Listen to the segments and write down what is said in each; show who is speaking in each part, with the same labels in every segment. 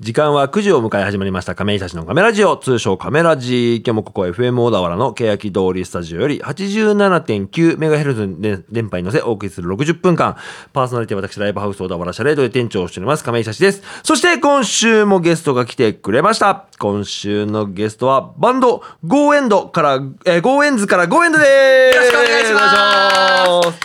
Speaker 1: 時間は9時を迎え始まりました亀井久志のカメラジオ通称カメラジ今日もここ FM 小田原の欅通りスタジオより 87.9MHz で電波に乗せお送りする60分間パーソナリティは私ライブハウス小田原シャレードで店長をしております亀井久志ですそして今週もゲストが来てくれました今週のゲストはバンドゴーエンドから、えー、ゴーエンズからゴーエンドです
Speaker 2: よろしくお願いします
Speaker 1: お願いします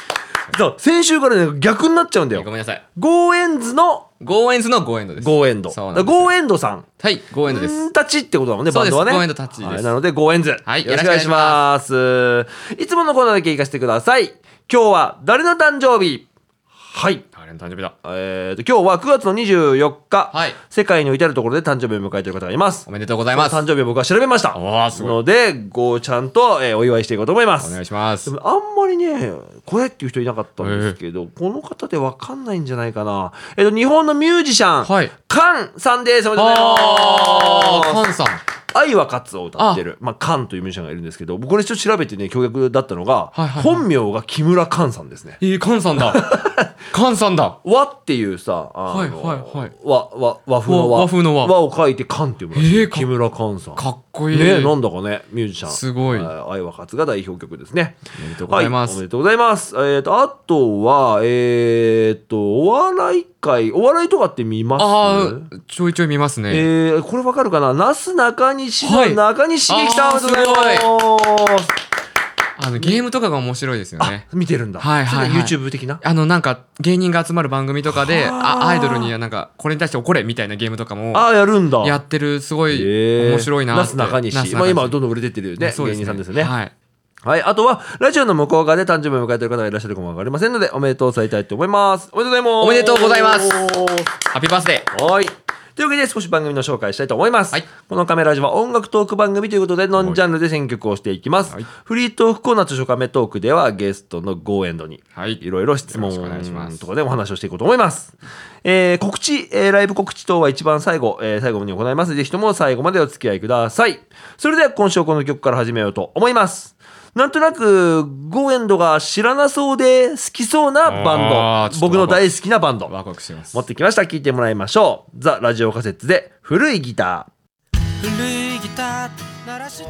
Speaker 1: そう先週からね逆になっちゃうんだ
Speaker 2: ご
Speaker 1: よ
Speaker 2: めんなさい。
Speaker 1: ゴーエンズの
Speaker 2: ゴーエンズのゴーエンドです。
Speaker 1: ゴーエンド。
Speaker 2: そうなん
Speaker 1: だ
Speaker 2: です
Speaker 1: からゴーエンドさん。
Speaker 2: はい、ゴーエンドです。
Speaker 1: んたちってことだもんね、
Speaker 2: そ
Speaker 1: バ
Speaker 2: う
Speaker 1: ン
Speaker 2: です
Speaker 1: ドはね。
Speaker 2: ゴーエンドたちです
Speaker 1: はいなので、ゴーエンズ。
Speaker 2: はい
Speaker 1: よろしくお願いします。いつものコーナーだけ行かせてください。今日は誰の誕生日はい。
Speaker 2: あれの誕生日だ。
Speaker 1: えーと、今日は9月の24日、
Speaker 2: はい
Speaker 1: 世界の至るところで誕生日を迎えている方がいます
Speaker 2: お。めでとうございます。
Speaker 1: 誕生日を僕は調べました。
Speaker 2: わあすごい
Speaker 1: ので、ゴーちゃんと、えーお祝いしていこうと思います。
Speaker 2: お願いします
Speaker 1: で。もあんまりねこれっていう人いなかったんですけど、この方で分かんないんじゃないかな、えっと、日本のミュージシャン、
Speaker 2: はい
Speaker 1: カンさんですおめでとう
Speaker 2: あ
Speaker 1: ござい
Speaker 2: ー、
Speaker 1: ます
Speaker 2: カンさん。
Speaker 1: 愛は勝つを歌ってるまあ、カンというミュージシャンがいるんですけど僕これちょっと調べてね驚愕だったのが、
Speaker 2: はいはいはい
Speaker 1: 本名が木村カンさんですね。
Speaker 2: えー、カンさんだ。 カンさんだ。
Speaker 1: 和っていうさ、あの
Speaker 2: はいはいはい
Speaker 1: 和和和風の和
Speaker 2: 和和風の和
Speaker 1: を書いてカンって読むらしい、
Speaker 2: えーか
Speaker 1: 木村カンさん。
Speaker 2: かっこいい。
Speaker 1: ねえ、な
Speaker 2: お
Speaker 1: んだかね、ミュージシャン。
Speaker 2: すごい
Speaker 1: あ愛は勝つが代表曲ですね。
Speaker 2: めでとうございま
Speaker 1: はい、お
Speaker 2: す
Speaker 1: め。でとうございます。えっ、と、あとは、えっ、と、お笑い界、お笑いとかって見ます
Speaker 2: あー、ちょいちょい見ます
Speaker 1: え
Speaker 2: ね。
Speaker 1: ーこれわかるかななすなかにしの
Speaker 2: はい
Speaker 1: 中西美紀さん、
Speaker 2: あー
Speaker 1: おめでとうございます。
Speaker 2: あの、ゲームとかが面白いですよね。
Speaker 1: 見てるんだ。
Speaker 2: はいはいはい
Speaker 1: ちょっと YouTube 的な。
Speaker 2: あの、なんか、芸人が集まる番組とかで、
Speaker 1: はあ
Speaker 2: あアイドルにはなんか、これに対して怒れみたいなゲームとかも、
Speaker 1: ああ、やるんだ。
Speaker 2: やってる、すごい、
Speaker 1: えー
Speaker 2: 面白いなって。
Speaker 1: なすなかに
Speaker 2: なす
Speaker 1: し。ま
Speaker 2: な
Speaker 1: あ
Speaker 2: かに
Speaker 1: 今はどんどん売れてってるよね。
Speaker 2: そう
Speaker 1: 芸人さんですよね。
Speaker 2: はい。
Speaker 1: はい。あとは、ラジオの向こう側で誕生日を迎えている方がいらっしゃるかもわかりませんので、おめでとうされたいと思います。おめでとうございます。
Speaker 2: おめでとうございますハッピーバースデー。
Speaker 1: はい。というわけで少し番組の紹介したいと思います。
Speaker 2: はい
Speaker 1: このカメラジは音楽トーク番組ということでノンジャンルで選曲をしていきます。
Speaker 2: はい
Speaker 1: フリートークコーナーと初カメトークではゲストのゴーエンドに
Speaker 2: はい
Speaker 1: いろいろ質問
Speaker 2: よろしくお願いします
Speaker 1: とかでお話をしていこうと思います。えー告知、えーライブ告知等は一番最後、えー最後に行いますので、ぜひとも最後までお付き合いください。それでは今週はこの曲から始めようと思います。なんとなく、ゴーエンドが知らなそうで好きそうなバ
Speaker 2: あ
Speaker 1: ンド。
Speaker 2: ーちょっ
Speaker 1: 僕
Speaker 2: と
Speaker 1: の大好きなバンド。
Speaker 2: ワクワクしてます
Speaker 1: 持っ。てきました聞いてもらいましょうザ・ラジオカセッツで古いギター
Speaker 2: 古いギター鳴らして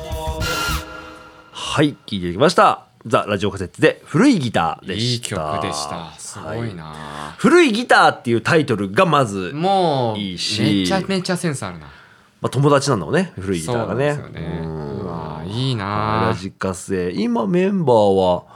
Speaker 1: はい聞いてきましたザ・ラジオカセッツで古いギターで
Speaker 2: いい
Speaker 1: した
Speaker 2: 曲でしたすごい
Speaker 1: は
Speaker 2: な、
Speaker 1: 古いギターっていうタイトルがまず、ま
Speaker 2: もう
Speaker 1: いいし
Speaker 2: めちゃめちゃセンスあるな
Speaker 1: あ、友達なんだろうね古いギタ
Speaker 2: そう
Speaker 1: ー
Speaker 2: な
Speaker 1: が
Speaker 2: ん
Speaker 1: ね
Speaker 2: ですよね
Speaker 1: うん
Speaker 2: うわいい
Speaker 1: ラ
Speaker 2: な
Speaker 1: ジカセ今メンバーは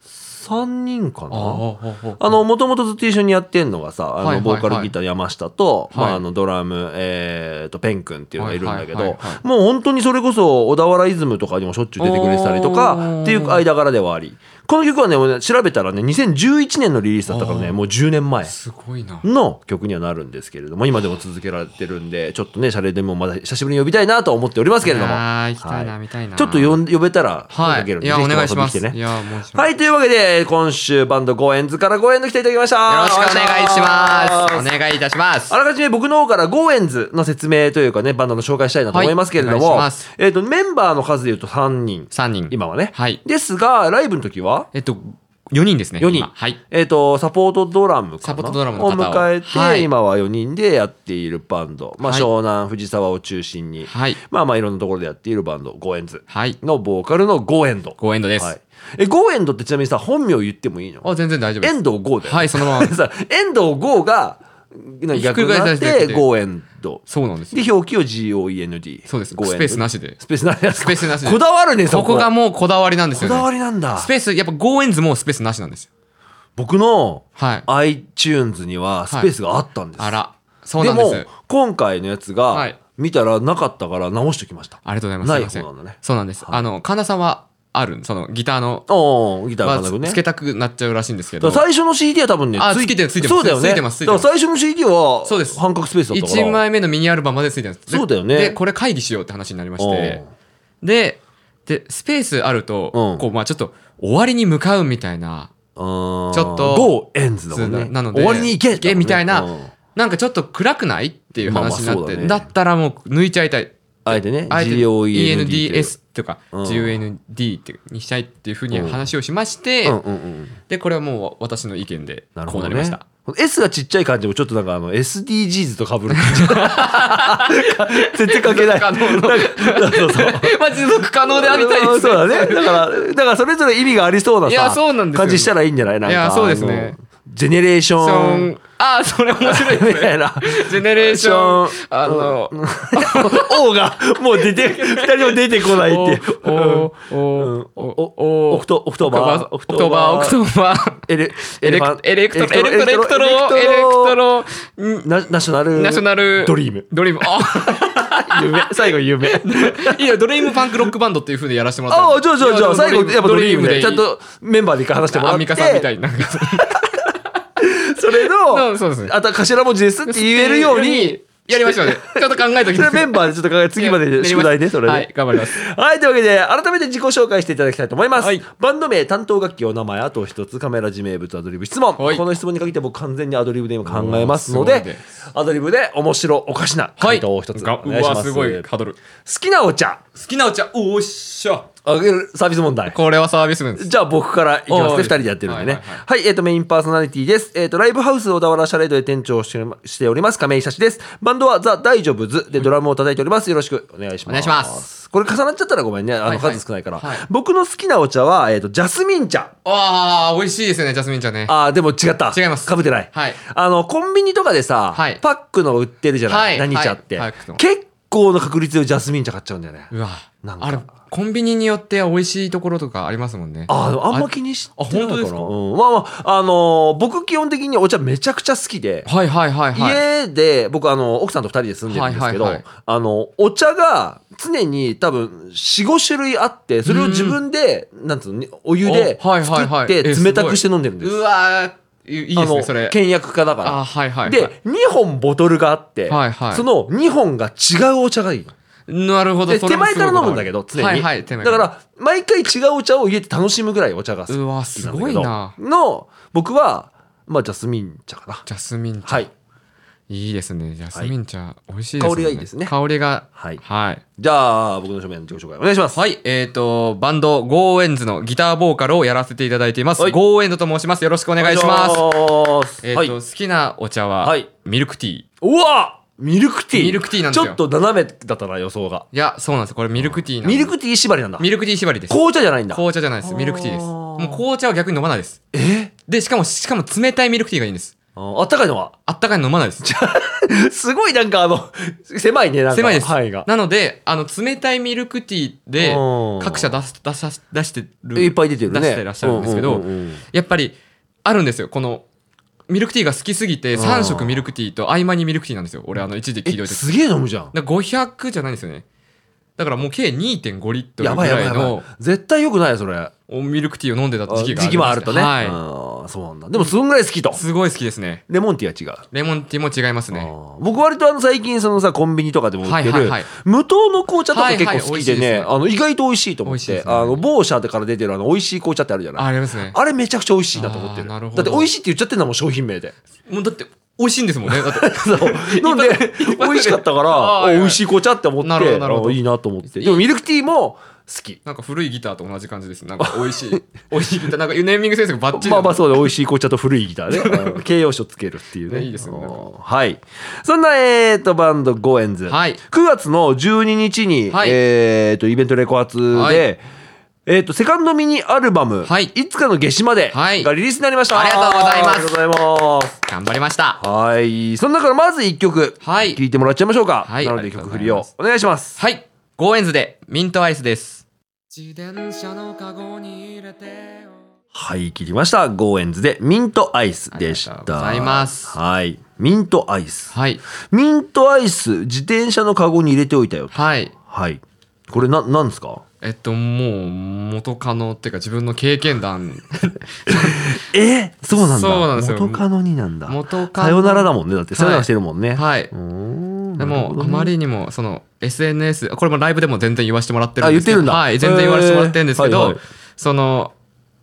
Speaker 1: 3人か
Speaker 2: あ
Speaker 1: な
Speaker 2: あ
Speaker 1: あの、もともとずっと一緒にやってんのがさ、あの、
Speaker 2: はいはい
Speaker 1: ボ
Speaker 2: はい
Speaker 1: ーカルギター山下と、
Speaker 2: はい
Speaker 1: まあ、あの、ドラム、えーと、ペン君っていうのがいるんだけど、
Speaker 2: はいはいはいはい
Speaker 1: もう本当にそれこそ、小田原イズムとかにもしょっちゅう出てくれてたりと
Speaker 2: お
Speaker 1: か、
Speaker 2: ー
Speaker 1: っていう間柄ではあり、この曲はね、俺ね調べたらね、2011年のリリースだったからね、
Speaker 2: おー
Speaker 1: もう10年前。
Speaker 2: すごいな
Speaker 1: の曲にはなるんですけれども、今でも続けられてるんで、ちょっとね、シャレでもまだ久しぶりに呼びたいなとは思っておりますけれども。
Speaker 2: あー行きたいな
Speaker 1: は
Speaker 2: 見たいな
Speaker 1: ちょっと呼ん呼べたら声
Speaker 2: は
Speaker 1: かけるん
Speaker 2: い
Speaker 1: で、
Speaker 2: いや
Speaker 1: ぜ
Speaker 2: お
Speaker 1: ひとも
Speaker 2: 願いし
Speaker 1: 遊び
Speaker 2: ま
Speaker 1: に来
Speaker 2: す
Speaker 1: てね
Speaker 2: い。やもちろん
Speaker 1: はい、というわけで、えー今週バンドゴーエンズからゴーエンズ来ていただきました。
Speaker 2: よろしくお願いします
Speaker 1: お願いし
Speaker 2: お願いいたします
Speaker 1: あらかじめ僕の方からゴーエンズの説明というかね、バンドの紹介したいなと思いますけれど
Speaker 2: はいお
Speaker 1: も、
Speaker 2: 願いします
Speaker 1: えっ、と、メンバーの数で言うと3人、
Speaker 2: 三人
Speaker 1: 今はね。
Speaker 2: はい
Speaker 1: ですが、ライブの時は、
Speaker 2: えっと四人ですね
Speaker 1: 4人
Speaker 2: 今はい
Speaker 1: えっ、と、サポートドラムかな
Speaker 2: サポートドラムの方
Speaker 1: を迎えて、
Speaker 2: はい
Speaker 1: 今は4人でやっているバンド、まあ、
Speaker 2: はい
Speaker 1: 湘南、藤沢を中心に、
Speaker 2: はい
Speaker 1: まあまあいろんなところでやっているバンド、ゴーエンズ
Speaker 2: はい
Speaker 1: のボーカルのゴーエンド。
Speaker 2: ゴーエンドです、
Speaker 1: はい、えゴーエンドってちなみにさ本名言ってもいいの
Speaker 2: あ全然大丈夫です
Speaker 1: 遠藤剛だよ
Speaker 2: はいそのまま
Speaker 1: さ遠藤剛がなんか逆になっ
Speaker 2: ひっくり返されてるってて
Speaker 1: ゴーエンド
Speaker 2: そうなんですよ
Speaker 1: で表記を GOEND
Speaker 2: そうです
Speaker 1: ゴエンド
Speaker 2: スペースなしで
Speaker 1: スペースなしです
Speaker 2: スペースなしで
Speaker 1: こだわるねそ
Speaker 2: そ
Speaker 1: こ
Speaker 2: こがもうこだわりなんです
Speaker 1: こ
Speaker 2: よね
Speaker 1: だわりなんだ
Speaker 2: スペースやっぱゴーエンズもスペースなしなんですよ
Speaker 1: 僕の
Speaker 2: はい
Speaker 1: iTunes にはスペースがあったんです、
Speaker 2: あら、そうなんです。
Speaker 1: でも今回のやつ
Speaker 2: は
Speaker 1: が
Speaker 2: い
Speaker 1: 見たらなかったから直してきました
Speaker 2: ありがとうご
Speaker 1: ない
Speaker 2: ざいます。すいません
Speaker 1: 方なんだね
Speaker 2: そうなんです。あの、神田さんはある、そのギターの、
Speaker 1: おおギターがなく
Speaker 2: は
Speaker 1: ね
Speaker 2: つつけたくなっちゃうらしいんですけ
Speaker 1: だ
Speaker 2: ど
Speaker 1: か、ら最初の CD は多分ね、
Speaker 2: あ
Speaker 1: い
Speaker 2: ついてるついてます
Speaker 1: そうだよね。
Speaker 2: ついてますついて
Speaker 1: だ
Speaker 2: ま
Speaker 1: か
Speaker 2: す
Speaker 1: ら最初の CD は、
Speaker 2: そうです
Speaker 1: 半角スペースだったから。
Speaker 2: 1枚目のミニアルバムまでついてるんです。で
Speaker 1: そうだよね
Speaker 2: で、これ会議しようって話になりまして、で、で、スペースあると、
Speaker 1: うん
Speaker 2: こう、まあちょっと、終わりに向かうみたいな、
Speaker 1: ちょ
Speaker 2: ちょっと
Speaker 1: ゴーエンズだもんね。
Speaker 2: なので、
Speaker 1: 終わりに行けだもんね
Speaker 2: みたいな、
Speaker 1: うん
Speaker 2: なんかちょっと暗くないっていう話になって、
Speaker 1: まあまあそうだね
Speaker 2: だったらもう抜いちゃいたい。
Speaker 1: あえてね、
Speaker 2: あえて
Speaker 1: GOENDS。
Speaker 2: ENDS とか
Speaker 1: うん
Speaker 2: GUND ってにしたいっていうふうに話をしまして、
Speaker 1: うんうんうん。
Speaker 2: でこれはもう私の意見で
Speaker 1: なる
Speaker 2: こ
Speaker 1: ほ
Speaker 2: う
Speaker 1: ど
Speaker 2: なり
Speaker 1: ね
Speaker 2: ました。。
Speaker 1: この S がちっちゃい感じもちょっとなんかあの SDGs と被る感じ絶対関係ない。
Speaker 2: 可能の
Speaker 1: そうそうそう。
Speaker 2: まあ持続可能でありたいです
Speaker 1: そうだね。だから、だからそれぞれ意味がありそうなさ
Speaker 2: いやそうなんですよ
Speaker 1: 感じしたらいいんじゃないなんか。
Speaker 2: いやそうですね
Speaker 1: あの。ジェネレーシ
Speaker 2: シ
Speaker 1: ョ
Speaker 2: ョ
Speaker 1: ン。
Speaker 2: ンああそれ面白 いで
Speaker 1: み
Speaker 2: す
Speaker 1: た
Speaker 2: ね
Speaker 1: いな。
Speaker 2: ジェネレーション
Speaker 1: シ
Speaker 2: あの
Speaker 1: 王が、もう出て、二人も出てこないって。
Speaker 2: おお
Speaker 1: うん
Speaker 2: おお
Speaker 1: オクト、オクトーバー、
Speaker 2: オクトーバーオクトーバー
Speaker 1: エレ、
Speaker 2: エレ
Speaker 1: ファン
Speaker 2: クエレクトロエレ
Speaker 1: エレ
Speaker 2: クトロエレクトロん
Speaker 1: ナナショナル、
Speaker 2: ナショナル
Speaker 1: ドリーム。
Speaker 2: ドリームあ
Speaker 1: 夢、最後夢。
Speaker 2: いやドリームパンクロックバンドっていう風でやらせてもらったん
Speaker 1: ああ、
Speaker 2: で
Speaker 1: じゃあじゃあじゃあ、
Speaker 2: いや
Speaker 1: 最
Speaker 2: でも
Speaker 1: 後、やっぱドリームで、ちゃんとメンバーで一回話してもら
Speaker 2: ア
Speaker 1: っ
Speaker 2: ンミカさんみた
Speaker 1: て、
Speaker 2: いになんか
Speaker 1: それの、
Speaker 2: そうですね
Speaker 1: あと頭文字ですって言えるように、
Speaker 2: やりましょうねちょっと考えとき
Speaker 1: それ
Speaker 2: ます
Speaker 1: メンバーでちょっと考え、次まで宿題ね、それ
Speaker 2: は
Speaker 1: ね
Speaker 2: い。頑張ります
Speaker 1: はい、というわけで、改めて自己紹介していただきたいと思います。
Speaker 2: はい
Speaker 1: バンド名、担当楽器、お名前、あと一つ、カメラ字名物、アドリブ質問。
Speaker 2: はい
Speaker 1: この質問に限って僕完全にアドリブで今考えますので、
Speaker 2: おーすごいで
Speaker 1: アドリブで面白おかしな 回答を一つお
Speaker 2: がう
Speaker 1: 願いしま
Speaker 2: わ
Speaker 1: す。
Speaker 2: すごい
Speaker 1: 好
Speaker 2: ハードル好
Speaker 1: きなお茶、
Speaker 2: きなお茶おっしゃ
Speaker 1: あげるサービス問題。
Speaker 2: これはサービス面です
Speaker 1: じゃあ僕からいきますね。
Speaker 2: おー
Speaker 1: 二人でやってるんでね。は
Speaker 2: はいいはい
Speaker 1: えっ、と、メインパーソナリティです。えっ、と、ライブハウス小田原シャレードで店長をしてしております、亀井久志です。バンドはザ・大丈夫ズでドラムを叩いております。よろしくお願いします。
Speaker 2: お願いします
Speaker 1: これ重なっちゃったらごめんね。あ
Speaker 2: は
Speaker 1: の、
Speaker 2: いはい
Speaker 1: 数少ないから。
Speaker 2: はい
Speaker 1: 僕の好きなお茶は、えっ、と、ジャスミン茶。
Speaker 2: ああ美味しいですねジャスミン茶ね
Speaker 1: あーでも違った。
Speaker 2: 違います
Speaker 1: かぶってない。
Speaker 2: はい
Speaker 1: あの、コンビニとかでさ、
Speaker 2: はい
Speaker 1: パックの売ってるじゃない、
Speaker 2: はい
Speaker 1: 何茶って、
Speaker 2: はいパックの
Speaker 1: 結構の確率でジャスミン茶買っちゃうんだよね。
Speaker 2: うわ
Speaker 1: なんか
Speaker 2: あれコンビニによっては美味しいところとかありますもんね
Speaker 1: あああんま気にしてないかな
Speaker 2: あ本当ですか
Speaker 1: うん、まあまあ、あのー僕基本的にお茶めちゃくちゃ好きで、
Speaker 2: はいはいはいはい
Speaker 1: 家で僕あの奥さんと2人で住んでるんですけど、
Speaker 2: はいはいは
Speaker 1: あのお茶が常に多分45種類あってそれを自分でなんつうのにお湯で
Speaker 2: おはいはい
Speaker 1: 作っ
Speaker 2: はい
Speaker 1: て
Speaker 2: えすご
Speaker 1: 冷
Speaker 2: い
Speaker 1: たくして飲んでるんです。
Speaker 2: うわーいいいですねそ
Speaker 1: あの
Speaker 2: れ
Speaker 1: 倹約家だから、
Speaker 2: あはいはいはい
Speaker 1: で2本ボトルがあって、
Speaker 2: はいはい
Speaker 1: その2本が違うお茶がいいの
Speaker 2: なるほど
Speaker 1: で
Speaker 2: そ
Speaker 1: 手
Speaker 2: れも
Speaker 1: 前
Speaker 2: す
Speaker 1: か
Speaker 2: ごい
Speaker 1: ら飲むんだけど常に、
Speaker 2: はいはい手
Speaker 1: だ
Speaker 2: 前
Speaker 1: から毎回違うお茶を家で楽しむぐらいお茶が好き
Speaker 2: うわ
Speaker 1: な
Speaker 2: す
Speaker 1: んだ
Speaker 2: ご
Speaker 1: け
Speaker 2: い
Speaker 1: ど
Speaker 2: な
Speaker 1: の僕はまあジャスミン茶かな
Speaker 2: ジャスミン茶
Speaker 1: はい
Speaker 2: いいですねジャスミン茶美味しいですね
Speaker 1: 香りがいいですね
Speaker 2: 香りが
Speaker 1: はい
Speaker 2: はい
Speaker 1: じゃあ僕の正面の自己紹介お願いします
Speaker 2: はい、えっ、と、バンド、ゴーエンズのギターボーカルをやらせていただいています。
Speaker 1: はい
Speaker 2: ゴーエンズと申します。よろしくお
Speaker 1: お
Speaker 2: 願いします。
Speaker 1: 願いします
Speaker 2: えっ、
Speaker 1: はい
Speaker 2: と、好きなお茶は、
Speaker 1: はい
Speaker 2: ミルクティー。いう
Speaker 1: わミルクティー
Speaker 2: ミルクティーなんですよ
Speaker 1: ちょっと斜めだったな予想が
Speaker 2: や、そうなんです。これミルクティーなんで
Speaker 1: ミルクティー縛りなんだ
Speaker 2: ミルクティー縛りです。
Speaker 1: 紅茶じゃないんだ
Speaker 2: 紅茶じゃないです。ミルクティーです。もう紅茶は逆に飲まないです。
Speaker 1: え
Speaker 2: で、しかも、しかも冷たいミルクティーがいいんです。
Speaker 1: ああったかいのは
Speaker 2: あったかいの飲まないです。
Speaker 1: すごいなんかあの狭いねなんか
Speaker 2: 狭いです。
Speaker 1: 範囲が
Speaker 2: なので、あの、冷たいミルクティーで
Speaker 1: うん、
Speaker 2: 各社出す、出さ、出してる。
Speaker 1: いっぱい出てるね
Speaker 2: 出してらっしゃるんですけど、
Speaker 1: うんうんうんうん
Speaker 2: やっぱり、あるんですよ。この、ミルクティーが好きすぎて、3色ミルクティーと合間にミルクティーなんですよ。俺、あの、一時聞いてお
Speaker 1: え
Speaker 2: いて。
Speaker 1: すげえ飲むじゃん
Speaker 2: だから500じゃないんですよね。だからもう計2.5リットル
Speaker 1: や
Speaker 2: ぐ
Speaker 1: ばいやばい
Speaker 2: らい
Speaker 1: やば
Speaker 2: の
Speaker 1: い絶対よくないよそれ
Speaker 2: ミルクティーを飲んでた時期が
Speaker 1: 時期もあるとね、
Speaker 2: はい
Speaker 1: うんそうなんだでもそんぐらい好きと
Speaker 2: すごい好きですね。
Speaker 1: レモンティーは違う
Speaker 2: レモンティーも違いますね。
Speaker 1: あー僕割とあの最近そのさコンビニとかでも売って
Speaker 2: はいは
Speaker 1: る
Speaker 2: いはい
Speaker 1: 無糖の紅茶とか結構好きで
Speaker 2: はい
Speaker 1: ね
Speaker 2: はい美味しいですね
Speaker 1: あの意外と美味しいと思っ
Speaker 2: 美味しい
Speaker 1: て
Speaker 2: ですね
Speaker 1: あの某社から出てるあの美味しい紅茶ってあるじゃ
Speaker 2: あ、
Speaker 1: ない
Speaker 2: ありますね。
Speaker 1: あれめちゃくちゃ美味しいなと思って
Speaker 2: あ
Speaker 1: る
Speaker 2: ー
Speaker 1: だ
Speaker 2: なるほ
Speaker 1: っ
Speaker 2: ど
Speaker 1: て美味しいって言っちゃってんだもん商品名 で
Speaker 2: もうだって、美味しいんですもんね。だって。
Speaker 1: そう飲ん で美味しかったから
Speaker 2: あー
Speaker 1: あ
Speaker 2: はい
Speaker 1: 美味しい紅茶って思って
Speaker 2: なるほどなるほど
Speaker 1: あいいなと思ってでもミルクティーも好き
Speaker 2: なんか古いギターと同じ感じです。なんか美味し い。美味しいギター。なんかネーミングセンスがバッチリ。
Speaker 1: まあまあ
Speaker 2: う。
Speaker 1: そうで美味しい紅茶と古いギター ねあの形容詞をつけるっていうね
Speaker 2: ねいいですよね
Speaker 1: あのはいそんなえーとバンドゴエンズ、
Speaker 2: はい
Speaker 1: 9月の12日に、
Speaker 2: はい
Speaker 1: えーとイベントレコ発で、
Speaker 2: はい
Speaker 1: えーとセカンドミニアルバム「
Speaker 2: はい
Speaker 1: つかの夏至まで」
Speaker 2: はい
Speaker 1: がリリースになりました、
Speaker 2: ありがとうございま
Speaker 1: ありが
Speaker 2: す
Speaker 1: とうございます
Speaker 2: 頑張りました。
Speaker 1: はいその中からまず1曲聴
Speaker 2: はい
Speaker 1: いてもらっちゃいましょうか、
Speaker 2: はい
Speaker 1: なの
Speaker 2: あ
Speaker 1: で
Speaker 2: りがと
Speaker 1: 曲
Speaker 2: う
Speaker 1: 振
Speaker 2: ございます
Speaker 1: りをお願いします
Speaker 2: はい。ゴーエンズでミントアイスです。自転車のカゴに入れて
Speaker 1: はい切りましたゴーエンズで「ミントアイス」でした
Speaker 2: ありがとうございます
Speaker 1: はいミントアイス
Speaker 2: はい。
Speaker 1: ミントアイス、自転車のカゴに入れておいたよ。
Speaker 2: はい。
Speaker 1: はい。これな、なんですか
Speaker 2: えっと、もう、元カノっていうか自分の経験談。
Speaker 1: えそうなんだ。
Speaker 2: そうなんですよ
Speaker 1: 元カノになんだ。
Speaker 2: 元カノ
Speaker 1: さよならだもんね。だって、
Speaker 2: い
Speaker 1: さよならしてるもんね。
Speaker 2: はい。
Speaker 1: うーんな
Speaker 2: で
Speaker 1: る
Speaker 2: も
Speaker 1: ほ、ど
Speaker 2: あ
Speaker 1: ね
Speaker 2: まりにも、その、SNS、これもライブでも全然言わせてもらってるんですけ
Speaker 1: あ言ってるん
Speaker 2: ど、
Speaker 1: だ
Speaker 2: はい、全然言わせてもらってるんです
Speaker 1: へ
Speaker 2: け
Speaker 1: ーはい
Speaker 2: ど
Speaker 1: はい、
Speaker 2: その、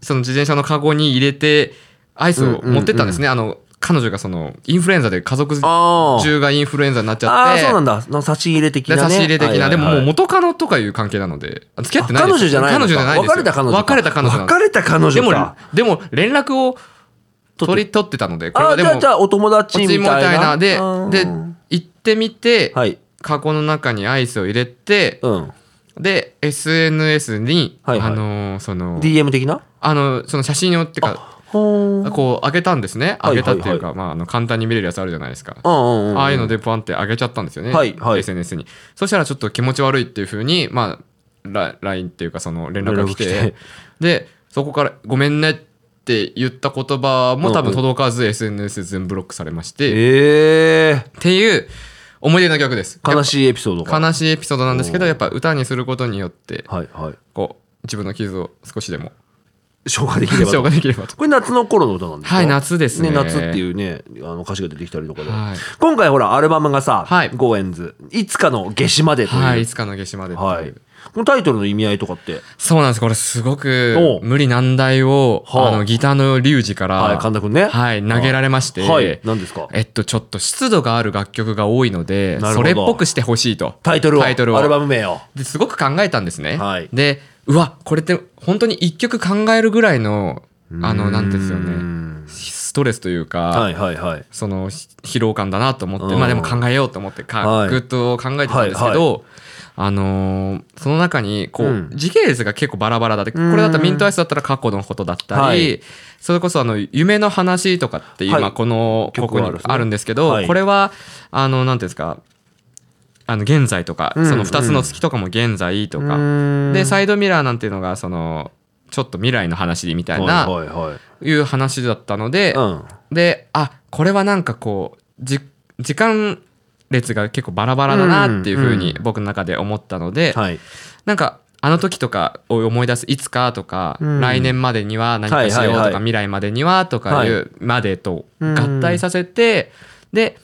Speaker 2: その自転車のカゴに入れて、アイスを持ってったんですね。あの、彼女がその、インフルエンザで家族
Speaker 1: あー
Speaker 2: 中がインフルエンザになっちゃ
Speaker 1: あ
Speaker 2: っ
Speaker 1: あ、
Speaker 2: て、
Speaker 1: そうなんだ。の差し入れ的
Speaker 2: で
Speaker 1: な、ね。
Speaker 2: 差し入れ的
Speaker 1: は
Speaker 2: な、
Speaker 1: い
Speaker 2: で
Speaker 1: はい
Speaker 2: も
Speaker 1: はい
Speaker 2: もう元カノとかいう関係なので、あ付き合ってない
Speaker 1: 彼
Speaker 2: です
Speaker 1: 女じゃないの
Speaker 2: 彼
Speaker 1: か
Speaker 2: 女じゃないですよ
Speaker 1: 別れた彼女か。
Speaker 2: 別れた彼女なんです
Speaker 1: 別れた彼女か。
Speaker 2: でも、でも連絡を
Speaker 1: 取
Speaker 2: 取
Speaker 1: って
Speaker 2: り取ってたので、これ
Speaker 1: あ
Speaker 2: は
Speaker 1: じ
Speaker 2: で
Speaker 1: ゃあ
Speaker 2: も
Speaker 1: じ、ゃあお友達み
Speaker 2: 落
Speaker 1: た
Speaker 2: ち
Speaker 1: い
Speaker 2: みたい
Speaker 1: な
Speaker 2: な。で
Speaker 1: うん、
Speaker 2: で、行ってみて、
Speaker 1: はい。
Speaker 2: カゴの中にアイスを入れて、
Speaker 1: うん。
Speaker 2: で、SNS に、
Speaker 1: はいはい
Speaker 2: あのー、その、
Speaker 1: DM 的な
Speaker 2: あの、その写真をってか、
Speaker 1: ほー
Speaker 2: こう上げたんですね。
Speaker 1: はいはい
Speaker 2: 上げ
Speaker 1: は
Speaker 2: た
Speaker 1: い
Speaker 2: っていうか、まあ、あの簡単に見れるやつあるじゃないですか。
Speaker 1: うんうんうん。
Speaker 2: ああいうのでポンって上げちゃったんですよね。
Speaker 1: はいはい
Speaker 2: SNS に。そしたらちょっと気持ち悪いっていう風に、まあ、ラ LINE っていうかその連絡が来て、
Speaker 1: 連絡来て
Speaker 2: で、そこからごめんねって言った言葉も多
Speaker 1: うんう
Speaker 2: 分
Speaker 1: ん
Speaker 2: 届かず SNS 全ブロックされまして、
Speaker 1: ええ
Speaker 2: っていう思い出の曲です。
Speaker 1: 悲
Speaker 2: い。
Speaker 1: しいエピソードが。
Speaker 2: 悲しいエピソードなんですけ
Speaker 1: お
Speaker 2: ど、
Speaker 1: ー
Speaker 2: やっぱ歌にすることによって、
Speaker 1: はいはい。
Speaker 2: こう、自分の傷を少しでも
Speaker 1: 消化できれば と。
Speaker 2: 消化できればと。
Speaker 1: これ夏の頃の歌なんですか
Speaker 2: はい、夏ですね。
Speaker 1: 夏っていうね、あの歌詞が出てきたりとかで。
Speaker 2: はい
Speaker 1: 今回ほら、アルバムがさ、
Speaker 2: はい
Speaker 1: ゴーエンズ、いつかの夏至までという。
Speaker 2: はい、いつかの夏至までっていう
Speaker 1: はいこのタイトルの意味合いとかって、
Speaker 2: そうなんです。これすご
Speaker 1: お
Speaker 2: く
Speaker 1: う
Speaker 2: 無理難題を、
Speaker 1: はあ
Speaker 2: あの、ギターのリュウジから、
Speaker 1: はい神田君ね
Speaker 2: はい、投げられまして、
Speaker 1: はい、何ですか
Speaker 2: えっと、ちょっと湿度がある楽曲が多いので
Speaker 1: なる、ほ
Speaker 2: そ
Speaker 1: ど
Speaker 2: れっぽくしてほしいと。
Speaker 1: タイトルを、
Speaker 2: タイトル
Speaker 1: アルバ
Speaker 2: を。
Speaker 1: ム名を。
Speaker 2: ですごく考えたんですね。
Speaker 1: はい
Speaker 2: で、うわ、これって本当に一曲考えるぐらいの、あの、なんていうんですよ
Speaker 1: うー
Speaker 2: ね、
Speaker 1: ん
Speaker 2: ストレスというか、
Speaker 1: はいはいはい。
Speaker 2: そのひ疲労感だなと思って、
Speaker 1: うん
Speaker 2: まあでも考えようと思ってか、
Speaker 1: はい
Speaker 2: ぐっと考えてたんですけど、
Speaker 1: はいは
Speaker 2: あのーその中にこう、
Speaker 1: うん
Speaker 2: 時系列が結構バラバラだってこ
Speaker 1: ん
Speaker 2: れだったらミントアイスだったら過去のことだったり、
Speaker 1: はい
Speaker 2: それこそあの夢の話とかって今、
Speaker 1: はい
Speaker 2: このこ
Speaker 1: 曲
Speaker 2: こ
Speaker 1: があ
Speaker 2: に
Speaker 1: るんですね
Speaker 2: あるんですけど、
Speaker 1: はい
Speaker 2: これはあのなんていうんですかあの現在とか、
Speaker 1: うん
Speaker 2: その2つの月とかも現在とか、
Speaker 1: で
Speaker 2: でサイドミラーなんていうのがそのちょっと未来の話みたいな、
Speaker 1: はいはいはい。
Speaker 2: い、う話だったので、
Speaker 1: うん。
Speaker 2: であこれはなんかこうじ時間列が結構バラバラだなっていうふう
Speaker 1: うん
Speaker 2: に
Speaker 1: う
Speaker 2: 僕の中で思ったので、
Speaker 1: はい。
Speaker 2: なんかあの時とかを思い出すいつかとか、
Speaker 1: うん
Speaker 2: 来年までには何かしようと
Speaker 1: はい
Speaker 2: か、
Speaker 1: はいはい
Speaker 2: 未来までにはとかい
Speaker 1: は
Speaker 2: うまでと
Speaker 1: うん
Speaker 2: 合体させて、で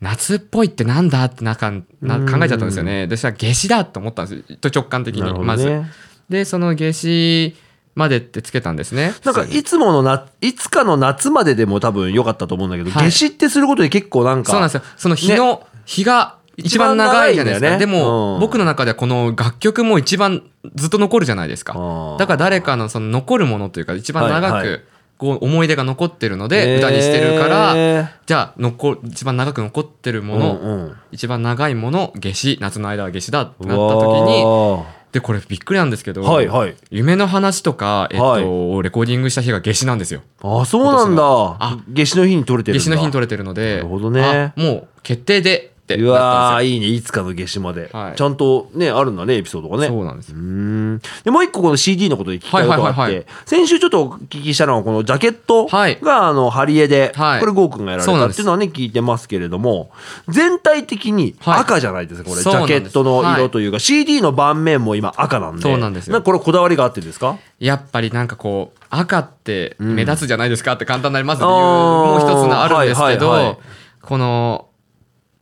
Speaker 2: 夏っぽいってなんだってなんかな
Speaker 1: うん
Speaker 2: 考えちゃったんですよね。でそしたら夏至だと思ったんですよと直感的に、
Speaker 1: なるほど
Speaker 2: まず。
Speaker 1: ね。
Speaker 2: でその夏至までってつけたんですね。
Speaker 1: なんか、いつものな、いつかの夏まででも多分良かったと思うんだけど、
Speaker 2: はい
Speaker 1: 夏至ってすることで結構なんか、
Speaker 2: そうなんですよ。その日の、日が一番長いじゃないですか。
Speaker 1: 一番長いんだよね
Speaker 2: でも、
Speaker 1: うん
Speaker 2: 僕の中ではこの楽曲も一番ずっと残るじゃないですか。
Speaker 1: あー
Speaker 2: だから誰かのその残るものというか、一番長
Speaker 1: はいはい
Speaker 2: くこう思い出が残ってるの
Speaker 1: え
Speaker 2: で、
Speaker 1: ー
Speaker 2: 歌にしてるから、じゃあ残、一番長く残ってるもの、
Speaker 1: うんうん
Speaker 2: 一番長いもの、夏至、夏の間は夏至だってな
Speaker 1: う
Speaker 2: っ
Speaker 1: わ
Speaker 2: た時に、
Speaker 1: ー
Speaker 2: で、これびっくりなんですけど、
Speaker 1: はいはい
Speaker 2: 夢の話とか、えっと、
Speaker 1: はい
Speaker 2: レコーディングした日が夏至なんですよ。
Speaker 1: あそうなんだ
Speaker 2: あ
Speaker 1: 夏至の日に撮れてるん
Speaker 2: 夏
Speaker 1: だ
Speaker 2: 至の日に撮れてるので、
Speaker 1: なるほどね
Speaker 2: あもう決定でって
Speaker 1: う
Speaker 2: なったんですよ
Speaker 1: わーいいねいつかの夏至まで、
Speaker 2: はい
Speaker 1: ちゃんとねあるんだねエピソードがね
Speaker 2: そうなんですよ
Speaker 1: う。ーんでもう一個この CD のことで聞きたいことがあって、
Speaker 2: はいはいはいは
Speaker 1: 先週ちょっとお聞きしたのはこのジャケットが、
Speaker 2: はい
Speaker 1: あのハリエで、
Speaker 2: はい
Speaker 1: これゴーくんがやられ
Speaker 2: そう
Speaker 1: た
Speaker 2: なん
Speaker 1: って
Speaker 2: です
Speaker 1: いうのはね聞いてますけれども全体的に
Speaker 2: はい
Speaker 1: 赤じゃないですか、これジ
Speaker 2: そうな
Speaker 1: ャ
Speaker 2: ん
Speaker 1: ケ
Speaker 2: です
Speaker 1: ットの色というか、CD の盤面も今赤なんで
Speaker 2: そうなんですよ
Speaker 1: かこれこだわりがあってですか
Speaker 2: やっぱりなんかこう赤って目立つじゃないですかって簡単になります理
Speaker 1: あ
Speaker 2: 由
Speaker 1: ー
Speaker 2: もう一つのあるんですけ
Speaker 1: はいはいはい
Speaker 2: どこの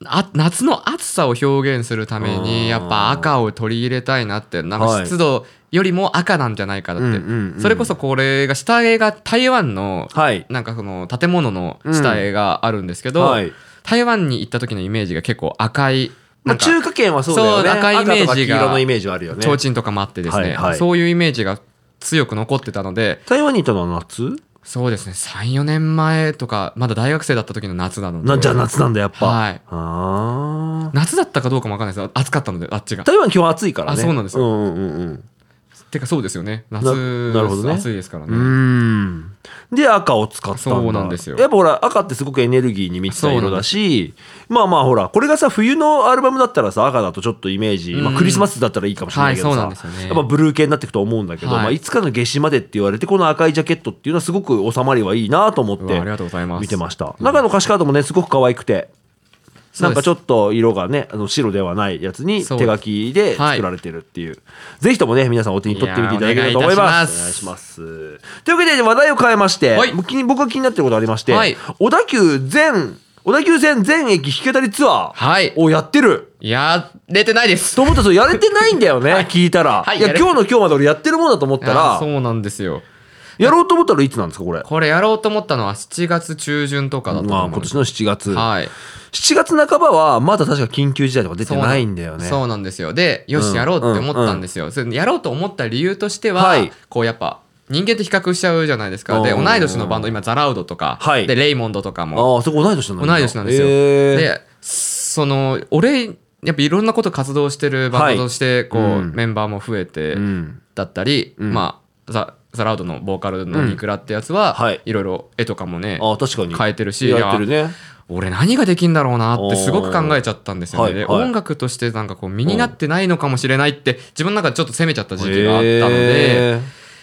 Speaker 2: あ夏の暑さを表現するためにやっぱ赤を取り入れたいなってなん
Speaker 1: は
Speaker 2: か
Speaker 1: い
Speaker 2: 湿度よりも赤なんじゃないかだ
Speaker 1: うん
Speaker 2: っ
Speaker 1: うんうん
Speaker 2: てそれこそこれが下絵が台湾の
Speaker 1: はい
Speaker 2: なんかその建物の下絵があるんですけ
Speaker 1: うん
Speaker 2: ど
Speaker 1: はい
Speaker 2: 台湾に行った時のイメージが結構赤い
Speaker 1: ま
Speaker 2: な
Speaker 1: あ、
Speaker 2: んか
Speaker 1: 中華圏はそうだよね。
Speaker 2: そう赤いイメージが
Speaker 1: 赤とか黄色のイメージはあるよね。
Speaker 2: 提灯とかもあってです
Speaker 1: はい
Speaker 2: ね
Speaker 1: はい
Speaker 2: そういうイメージが強く残ってたので
Speaker 1: 台湾にいたのは夏
Speaker 2: そうですね34年前とかまだ大学生だった時の夏なので
Speaker 1: なじゃあ夏なんだ、やっぱ。
Speaker 2: はい
Speaker 1: あー
Speaker 2: 夏だったかどうかもわかんないです暑かったのであっちが
Speaker 1: 台湾今日暑いからね。
Speaker 2: あそうなんですよ
Speaker 1: うんうんうん
Speaker 2: てかそうですよね夏
Speaker 1: ななるほどね
Speaker 2: 暑いですから
Speaker 1: う
Speaker 2: ね
Speaker 1: ん。うーん。で、赤を使ったんだ。
Speaker 2: そうなんですよ
Speaker 1: やっぱほら、赤ってすごくエネルギーに満ちた色だし、まあまあほら、これがさ、冬のアルバムだったらさ、赤だとちょっとイメージ、まあ
Speaker 2: うん
Speaker 1: クリスマスだったらいいかもしれないけどさ、
Speaker 2: はいそうなんですよね
Speaker 1: やっぱブルー系になっていくと思うんだけど、
Speaker 2: はい
Speaker 1: まあいつかの夏至までって言われて、この赤いジャケットっていうのはすごく収まりはいいなと思っ
Speaker 2: う
Speaker 1: て
Speaker 2: わありがとうございます
Speaker 1: 見てました。中の歌詞カードもね、すごく可愛くて。なんかちょ
Speaker 2: ょっ
Speaker 1: っと色がねあの白ではないやつに
Speaker 2: そう
Speaker 1: 手
Speaker 2: です
Speaker 1: 書きで作られてるっていうぜひともね皆さんお手に取ってみていただければと思います
Speaker 2: いやーお願いいたし
Speaker 1: お
Speaker 2: ま
Speaker 1: 願いしますというわけで話題を変えまして、
Speaker 2: はい
Speaker 1: 僕に僕が気になってることありまして、
Speaker 2: はい
Speaker 1: 小田急全小田急線全駅引き語りツア
Speaker 2: は
Speaker 1: ー
Speaker 2: い
Speaker 1: をやってる
Speaker 2: いや出てないです
Speaker 1: と思ったらそれやれてないんだよね、聞いたら、、
Speaker 2: はいい
Speaker 1: や
Speaker 2: やれ
Speaker 1: 今日の今日まで俺やってるもんだと思っ
Speaker 2: い
Speaker 1: た
Speaker 2: や
Speaker 1: ら
Speaker 2: そうなんですよ
Speaker 1: やろうと思ったらいつなんですかこれ
Speaker 2: これやろうと思ったのは7月中旬とかだと
Speaker 1: まあ
Speaker 2: 思う
Speaker 1: 今年の7月、
Speaker 2: はい
Speaker 1: 7月半ばはまだ確か緊急事態とか出てないんだよね
Speaker 2: そうなんですよでよ
Speaker 1: うん
Speaker 2: しやろうって思ったんですよ、それでやろうと思った理由としては、
Speaker 1: はい
Speaker 2: こうやっぱ人間って比較しちゃうじゃないですか。で、
Speaker 1: う
Speaker 2: 同
Speaker 1: ん
Speaker 2: い年のバンド、今、ザラウドとか、
Speaker 1: はい
Speaker 2: で、レイモンドとかも、
Speaker 1: ああ、そこ同い年なん
Speaker 2: 同
Speaker 1: だ。
Speaker 2: い年なんですよ。
Speaker 1: へー
Speaker 2: で、その、俺、やっぱいろんなこと活動してるバンドとして、こう、
Speaker 1: うん
Speaker 2: メンバーも増えて、
Speaker 1: うん。
Speaker 2: だったり、
Speaker 1: ん
Speaker 2: まあ、ザ・ザラウドのボーカルのニクラってやつは、
Speaker 1: うんはい
Speaker 2: いろいろ絵とかもね、
Speaker 1: ああ、確かに。
Speaker 2: 変えてるし
Speaker 1: やってるね。
Speaker 2: 俺何ができんだろうなってすごく考えちゃったんですよね。
Speaker 1: おー
Speaker 2: で
Speaker 1: はいはい
Speaker 2: 音楽としてなんかこう身になってないのかもしれないって自分の中でちょっと責めちゃった時期があったので、
Speaker 1: へー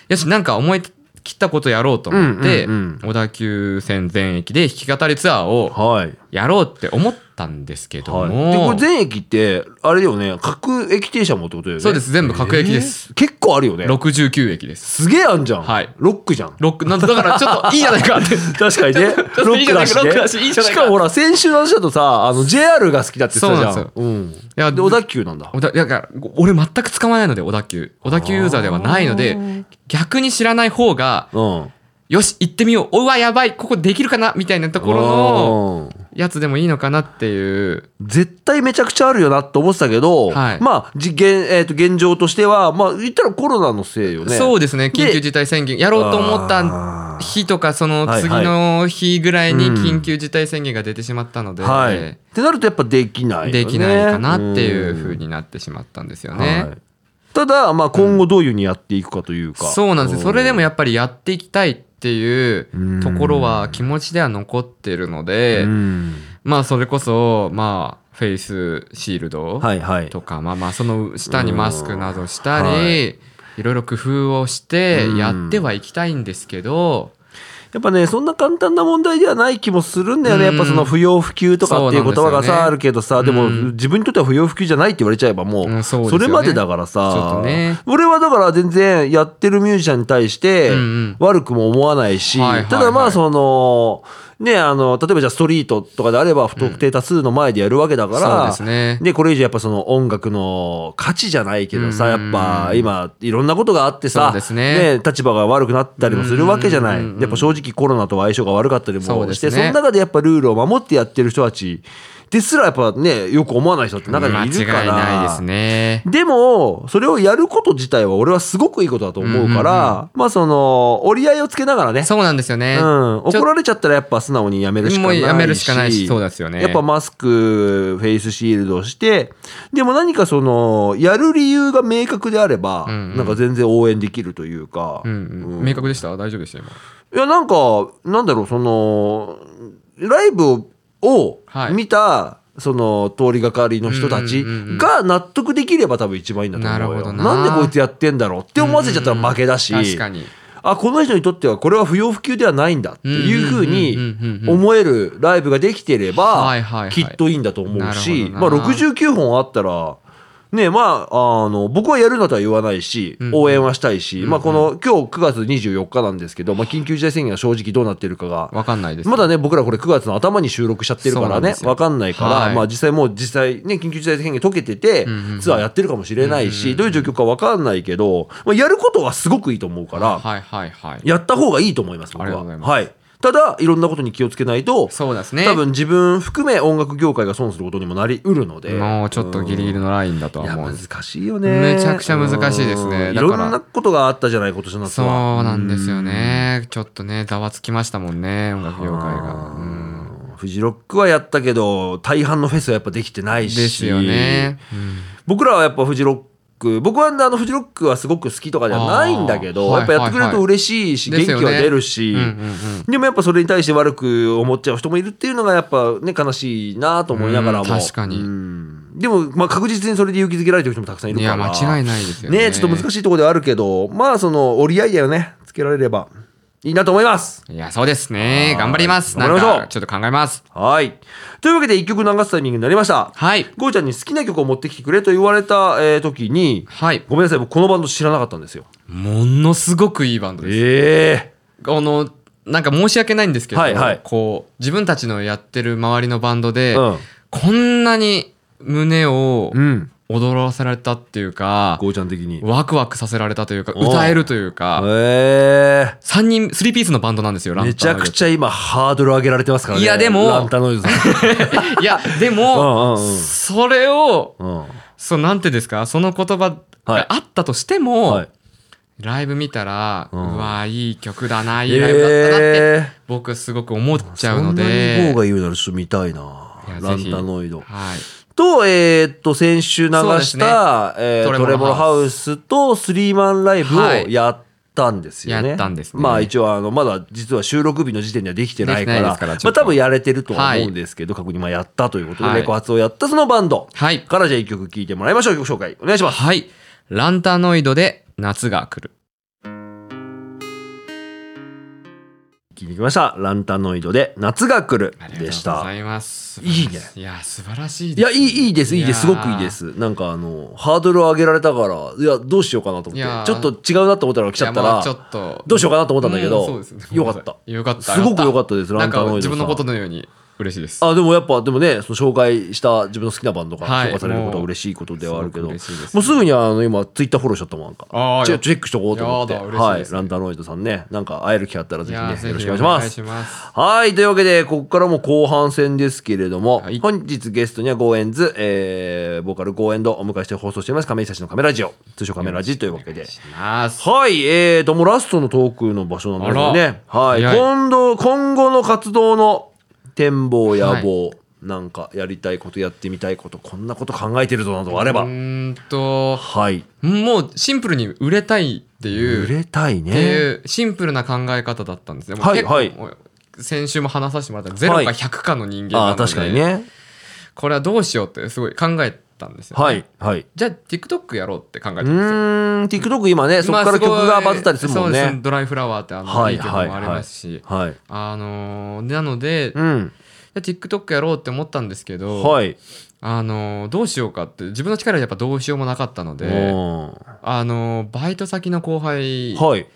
Speaker 2: よし、なんか思い切ったことやろうと思って、
Speaker 1: うんうん
Speaker 2: 小田急線全駅で弾き語りツアーを
Speaker 1: はい。
Speaker 2: やろうって思ったんですけども、
Speaker 1: はい、でこれ全駅ってあれだよね各駅停車もってことだよね
Speaker 2: そうです全部各駅です、
Speaker 1: えー結構あるよね
Speaker 2: 69駅です。
Speaker 1: すげえあんじゃん、
Speaker 2: はい
Speaker 1: ロックじゃん
Speaker 2: ロックなんだからちょっといいじゃな いかって。
Speaker 1: 確 かにね
Speaker 2: と
Speaker 1: ロックだし,、ね、
Speaker 2: いいじゃないかロックだしいいじゃな
Speaker 1: し
Speaker 2: いか
Speaker 1: かもほら先週の話だとさあの JR が好きだって言ってたじゃん
Speaker 2: そ
Speaker 1: うんで
Speaker 2: や
Speaker 1: 小田急なんだ
Speaker 2: 小田だからご俺全く捕まえないので小田急小田急ユーザーではないの
Speaker 1: あ
Speaker 2: で
Speaker 1: ー
Speaker 2: 逆に知らない方が
Speaker 1: うん
Speaker 2: よし行ってみようおうわやばいここできるかなみたいなところの
Speaker 1: うん
Speaker 2: やつでもいいのかなっていう
Speaker 1: 絶対めちゃくちゃあるよなって思ってたけど、
Speaker 2: はい
Speaker 1: まあじ現,、えー、と現状としてはまあ言ったらコロナのせいよね
Speaker 2: そう
Speaker 1: う
Speaker 2: ですね緊急事態宣言やろうと思った日とかその
Speaker 1: はい
Speaker 2: 次
Speaker 1: はい
Speaker 2: の日ぐらいに
Speaker 1: うん
Speaker 2: 緊急事態宣言が出てしまったので、
Speaker 1: はい、ってなるとやっぱできないよね、
Speaker 2: できないかなっていうふ
Speaker 1: ん
Speaker 2: うになってしまったんですよ
Speaker 1: は
Speaker 2: ね
Speaker 1: い。ただ、まあ、今後どういうふうにやっていくかというか、
Speaker 2: そうなんですよそれでもやっぱりやっていきたいっていうところは気持ちでは残ってるので、
Speaker 1: うん
Speaker 2: まあそれこそまあフェイスシールド
Speaker 1: はいはい
Speaker 2: とか、まあまあその下にマスクなどしたり、、
Speaker 1: うんはい
Speaker 2: ろいろ工夫をして
Speaker 1: うん
Speaker 2: やってはいきたいんですけど、
Speaker 1: やっぱねそんな簡単な問題ではない気もするんだよね、
Speaker 2: う
Speaker 1: や
Speaker 2: ん
Speaker 1: っぱその不要不急とかっていう言葉が
Speaker 2: そうなんですよ
Speaker 1: さ、
Speaker 2: ね
Speaker 1: あるけどさでも、
Speaker 2: うん
Speaker 1: 自分にとっては不要不急じゃないって言われちゃえばもう,、
Speaker 2: うんそうですよね
Speaker 1: れまでだから
Speaker 2: ちょっ
Speaker 1: さ、
Speaker 2: とね
Speaker 1: 俺はだから全然やってるミュージシャンに対して
Speaker 2: うんうん
Speaker 1: 悪くも思わないし、
Speaker 2: はいはいはい
Speaker 1: ただまあそのねあの例えばじゃあストリートとかであれば不特定多数の前でやるわけだから、
Speaker 2: そうですね
Speaker 1: でこれ以上やっぱその音楽の価値じゃないけどさ、
Speaker 2: うん
Speaker 1: やっぱ今いろんなことがあってさ
Speaker 2: そうですね
Speaker 1: 立場が悪くなったりもするわけじゃない、
Speaker 2: うんうんうんうん
Speaker 1: やっぱ正直コロナとは相性が悪かったりもして
Speaker 2: そ
Speaker 1: そ,、
Speaker 2: うですね
Speaker 1: の中でやっぱルールを守ってやってる人たちですらやっぱねよく思わない人って中にいるから
Speaker 2: 間違いないですね。
Speaker 1: でもそれをやること自体は俺はすごくいいことだと思うから、まあその折り合いをつけながらね
Speaker 2: そうなんですよ
Speaker 1: う
Speaker 2: ね。
Speaker 1: ん、
Speaker 2: ちょ
Speaker 1: 怒られちゃったらやっぱ素直にやめるしかないし
Speaker 2: もうやめるしかないしそうですよね
Speaker 1: やっぱマスクフェイスシールドをしてでも何かそのやる理由が明確であれば、
Speaker 2: うんうん
Speaker 1: なんか全然応援できるというか、
Speaker 2: うんうん明確でした大丈夫でした今。
Speaker 1: いやなんかなんだろうそのライブをを
Speaker 2: はい
Speaker 1: 見た、その通りがかりの人たち
Speaker 2: うんうんうんうん
Speaker 1: が納得できれば多分一番いいんだと思う
Speaker 2: なる
Speaker 1: よ
Speaker 2: ほど
Speaker 1: な
Speaker 2: なん
Speaker 1: でこいつやってんだろうって思わせちゃったら負けだし、
Speaker 2: 確かに。
Speaker 1: あこの人にとってはこれは不要不急ではないんだっていうふう
Speaker 2: うんうんうんうん
Speaker 1: に
Speaker 2: うん
Speaker 1: 思えるライブができてれ
Speaker 2: はいはい
Speaker 1: ば
Speaker 2: はい
Speaker 1: きっといいんだと思う
Speaker 2: な
Speaker 1: し、
Speaker 2: る
Speaker 1: まあ、
Speaker 2: ほどな
Speaker 1: 69本あったら。ねまあ、あの僕はやるなとは言わないし、
Speaker 2: ん
Speaker 1: 応援はしたいし、まあ、この今日9月24日なんですけど、まあ、緊急事態宣言が正直どうなってるかが
Speaker 2: わかんないです。
Speaker 1: まだね、僕らこれ9月の頭に収録しちゃってるか
Speaker 2: そ
Speaker 1: ら
Speaker 2: うなんで
Speaker 1: ね、
Speaker 2: すよ
Speaker 1: わかんないから、
Speaker 2: はい
Speaker 1: まあ実際もう実際ね、緊急事態宣言解けてて、
Speaker 2: んうん
Speaker 1: ツアーやってるかもしれないし、どういう状況かわかんないけど、まあ、やることはすごくいいと思うから、
Speaker 2: はいはいはい。
Speaker 1: やった方がいいと思います、僕
Speaker 2: ありが
Speaker 1: は。
Speaker 2: とうございます
Speaker 1: はい。ただ、いろんなことに気をつけないと、
Speaker 2: そうですね。
Speaker 1: 多分自分含め音楽業界が損することにもなりうるので。
Speaker 2: もうちょっとギリギリのラインだと
Speaker 1: うんい
Speaker 2: は
Speaker 1: や、
Speaker 2: 思うんです
Speaker 1: 難しいよね。
Speaker 2: めちゃくちゃ難しいですね
Speaker 1: うんい
Speaker 2: だから
Speaker 1: ろんなことがあったじゃない、今年の夏
Speaker 2: そう
Speaker 1: は。
Speaker 2: なんですよね。ちょっとね、ざわつきましたもんね、音楽業界が。うん
Speaker 1: うんフジロックはやったけど、大半のフェスはやっぱできてない
Speaker 2: で
Speaker 1: し。
Speaker 2: すよね。
Speaker 1: 僕らはやっぱフジロック僕はあのフジロックはすごく好きとかじゃないんだけど
Speaker 2: あー
Speaker 1: やっぱやってくれると嬉しいし
Speaker 2: はいはい
Speaker 1: 元
Speaker 2: はい
Speaker 1: 気は出るし
Speaker 2: うんうんうん
Speaker 1: でもやっぱそれに対して悪く思っちゃう人もいるっていうのがやっぱね悲しいなと思いながらも
Speaker 2: うん確かに
Speaker 1: うんでもまあ確実にそれで勇気づけられてる人もたくさんいる
Speaker 2: い
Speaker 1: から
Speaker 2: や、間違いないですよね。
Speaker 1: ねちょっと難しいところではあるけどまあその折り合いだよねつけられればいいなと思います
Speaker 2: いや、そうですね。
Speaker 1: はい
Speaker 2: 頑張ります。な
Speaker 1: 頑張
Speaker 2: ん
Speaker 1: りましょう
Speaker 2: か、ちょっと考えます。
Speaker 1: はいというわけで一曲流すタイミングになりました
Speaker 2: はい。
Speaker 1: ゴーちゃんに好きな曲を持ってきてくれと言われた、えー時に
Speaker 2: はい。
Speaker 1: ごめんなさい僕このバンド知らなかったんですよ
Speaker 2: ものすごくいいバンドです。
Speaker 1: え
Speaker 2: あの、なんか申し訳ないんですけど、
Speaker 1: はいはい
Speaker 2: こう、自分たちのやってる周りのバンド
Speaker 1: え
Speaker 2: で、こんなに胸を
Speaker 1: うん。うん。
Speaker 2: 踊らされたっていうか、
Speaker 1: ゴーちゃん的に。
Speaker 2: ワクワクさせられたというか、
Speaker 1: お
Speaker 2: 歌えるというか、
Speaker 1: ええ
Speaker 2: 3人、3ピースのバンドなんですよ、ランタ
Speaker 1: めちゃく
Speaker 2: ゃ。
Speaker 1: ちゃ今ハードル上げられてますからね。
Speaker 2: いやでも
Speaker 1: ランタノ イズさん。
Speaker 2: いや、で も、
Speaker 1: うんうんうん
Speaker 2: それを、
Speaker 1: うん。
Speaker 2: そう、なんていうんですか、その言葉
Speaker 1: はい
Speaker 2: があったとしても、
Speaker 1: はい。
Speaker 2: ライブ見たら、
Speaker 1: う
Speaker 2: うんわいい曲だな、いいライブだったなって、
Speaker 1: え
Speaker 2: 僕はすごく思っ
Speaker 1: ー、
Speaker 2: ちゃうの
Speaker 1: そんなに
Speaker 2: で
Speaker 1: 方。が言うならちょっと見たいない
Speaker 2: や
Speaker 1: ラ
Speaker 2: ぜ
Speaker 1: ン
Speaker 2: ひ
Speaker 1: タノイド
Speaker 2: はい。
Speaker 1: とえーっと先週流した、えー
Speaker 2: トレ
Speaker 1: ト
Speaker 2: モロハウス
Speaker 1: レモロハウスとスリーマンライブを
Speaker 2: はい
Speaker 1: やったんですよね。
Speaker 2: やったんですね
Speaker 1: まあ一応あのまだ実は収録日の時点ではできてないか
Speaker 2: できてないで
Speaker 1: ら
Speaker 2: すからち
Speaker 1: ま
Speaker 2: ょ
Speaker 1: あ
Speaker 2: っと
Speaker 1: 多分やれてるとは思うんですけど、過去にまあやったということで、
Speaker 2: はい
Speaker 1: レコ発をやったそのバンド
Speaker 2: はい。
Speaker 1: からじゃあ一曲聴いてもらいましょう曲紹介お願いします。
Speaker 2: はい。ランタノイドで夏が来る。
Speaker 1: 聴いてきましたランタノイドで夏が来る
Speaker 2: ありがとう
Speaker 1: で
Speaker 2: ご
Speaker 1: した
Speaker 2: ざ。います。
Speaker 1: いいね
Speaker 2: いや、素晴らしい
Speaker 1: いやいいいいですいいですすご
Speaker 2: や
Speaker 1: くいいで。すなんかあのハードルを上げられたからいやどうしようかなと思
Speaker 2: いや
Speaker 1: っ
Speaker 2: ー
Speaker 1: てちょっと違うなと思ったら来
Speaker 2: 来
Speaker 1: ちゃったら
Speaker 2: ちょっと。
Speaker 1: どうしようかなと思ったんだけ
Speaker 2: う
Speaker 1: ど
Speaker 2: そうですね
Speaker 1: よかった。
Speaker 2: よかった。
Speaker 1: すごく良かったです
Speaker 2: なん
Speaker 1: ランタ
Speaker 2: か
Speaker 1: ンオイルさ
Speaker 2: 自
Speaker 1: ん
Speaker 2: 分のことのように嬉しいです。
Speaker 1: あでもやっぱでもねその紹介した自分の好きなバンドが
Speaker 2: はい
Speaker 1: 紹介されることは嬉しいことではあるけど、
Speaker 2: もう
Speaker 1: もう
Speaker 2: すごく嬉しいです
Speaker 1: すぐにあの今ツイッターフォローしちゃったもんなんか
Speaker 2: あー
Speaker 1: チェ
Speaker 2: や
Speaker 1: チェックしとこうと思って、
Speaker 2: やだ嬉しい
Speaker 1: は
Speaker 2: で
Speaker 1: い
Speaker 2: すね
Speaker 1: ランタンオイドさんねなんか会える機会あったら
Speaker 2: い
Speaker 1: ぜひ
Speaker 2: やー
Speaker 1: ね
Speaker 2: ぜ
Speaker 1: よろし
Speaker 2: ひ
Speaker 1: くお
Speaker 2: お
Speaker 1: 願い
Speaker 2: 願
Speaker 1: しま
Speaker 2: い
Speaker 1: す
Speaker 2: します。
Speaker 1: はい。というわけで、ここからも後半戦ですけれども、
Speaker 2: はい
Speaker 1: 本日ゲストにはゴーエンズ、えー、ボーカルゴーエンドをお迎えして放送しています、亀井久志のカメラジオ、通称カメラジというわけで。
Speaker 2: ます。
Speaker 1: はい、えーと、もうラストのトークの場所なんですよね。はい。
Speaker 2: 早い
Speaker 1: 今度、今後の活動の展望、野望、なんかやりたいこと、やってみたいこと、こんなこと考えてるぞなどあれば。
Speaker 2: うーんと、
Speaker 1: はい。
Speaker 2: もうシンプルに売れたいっていう
Speaker 1: 売。れたい
Speaker 2: って
Speaker 1: ね。
Speaker 2: いうシンプルな考え方だったんですね。もう
Speaker 1: はい
Speaker 2: 結構
Speaker 1: はい
Speaker 2: もう先週も話させてもらったゼロ
Speaker 1: は
Speaker 2: か
Speaker 1: い
Speaker 2: 100かの人間
Speaker 1: あ
Speaker 2: な
Speaker 1: あ、
Speaker 2: ので、
Speaker 1: 確かにね。
Speaker 2: これはどうしようってすごい考えたんですよ、ね。
Speaker 1: はい。はい。
Speaker 2: じゃあ TikTok やろうって考えた
Speaker 1: う
Speaker 2: んですよ。
Speaker 1: ーん、TikTok 今ね、そこから曲がバズったりするもん
Speaker 2: そうです
Speaker 1: ね。
Speaker 2: ドライフラワーってあの、、
Speaker 1: はいい
Speaker 2: い曲も
Speaker 1: はい
Speaker 2: ありますし、
Speaker 1: はい。
Speaker 2: あのーなので、じ
Speaker 1: う
Speaker 2: ゃ
Speaker 1: ん。
Speaker 2: あ TikTok やろうって思ったんですけど、
Speaker 1: はい。
Speaker 2: あのーどうしようかって自分の力でやっぱどうしようもなかったので、
Speaker 1: う
Speaker 2: あのーバイト先の後輩
Speaker 1: んはい。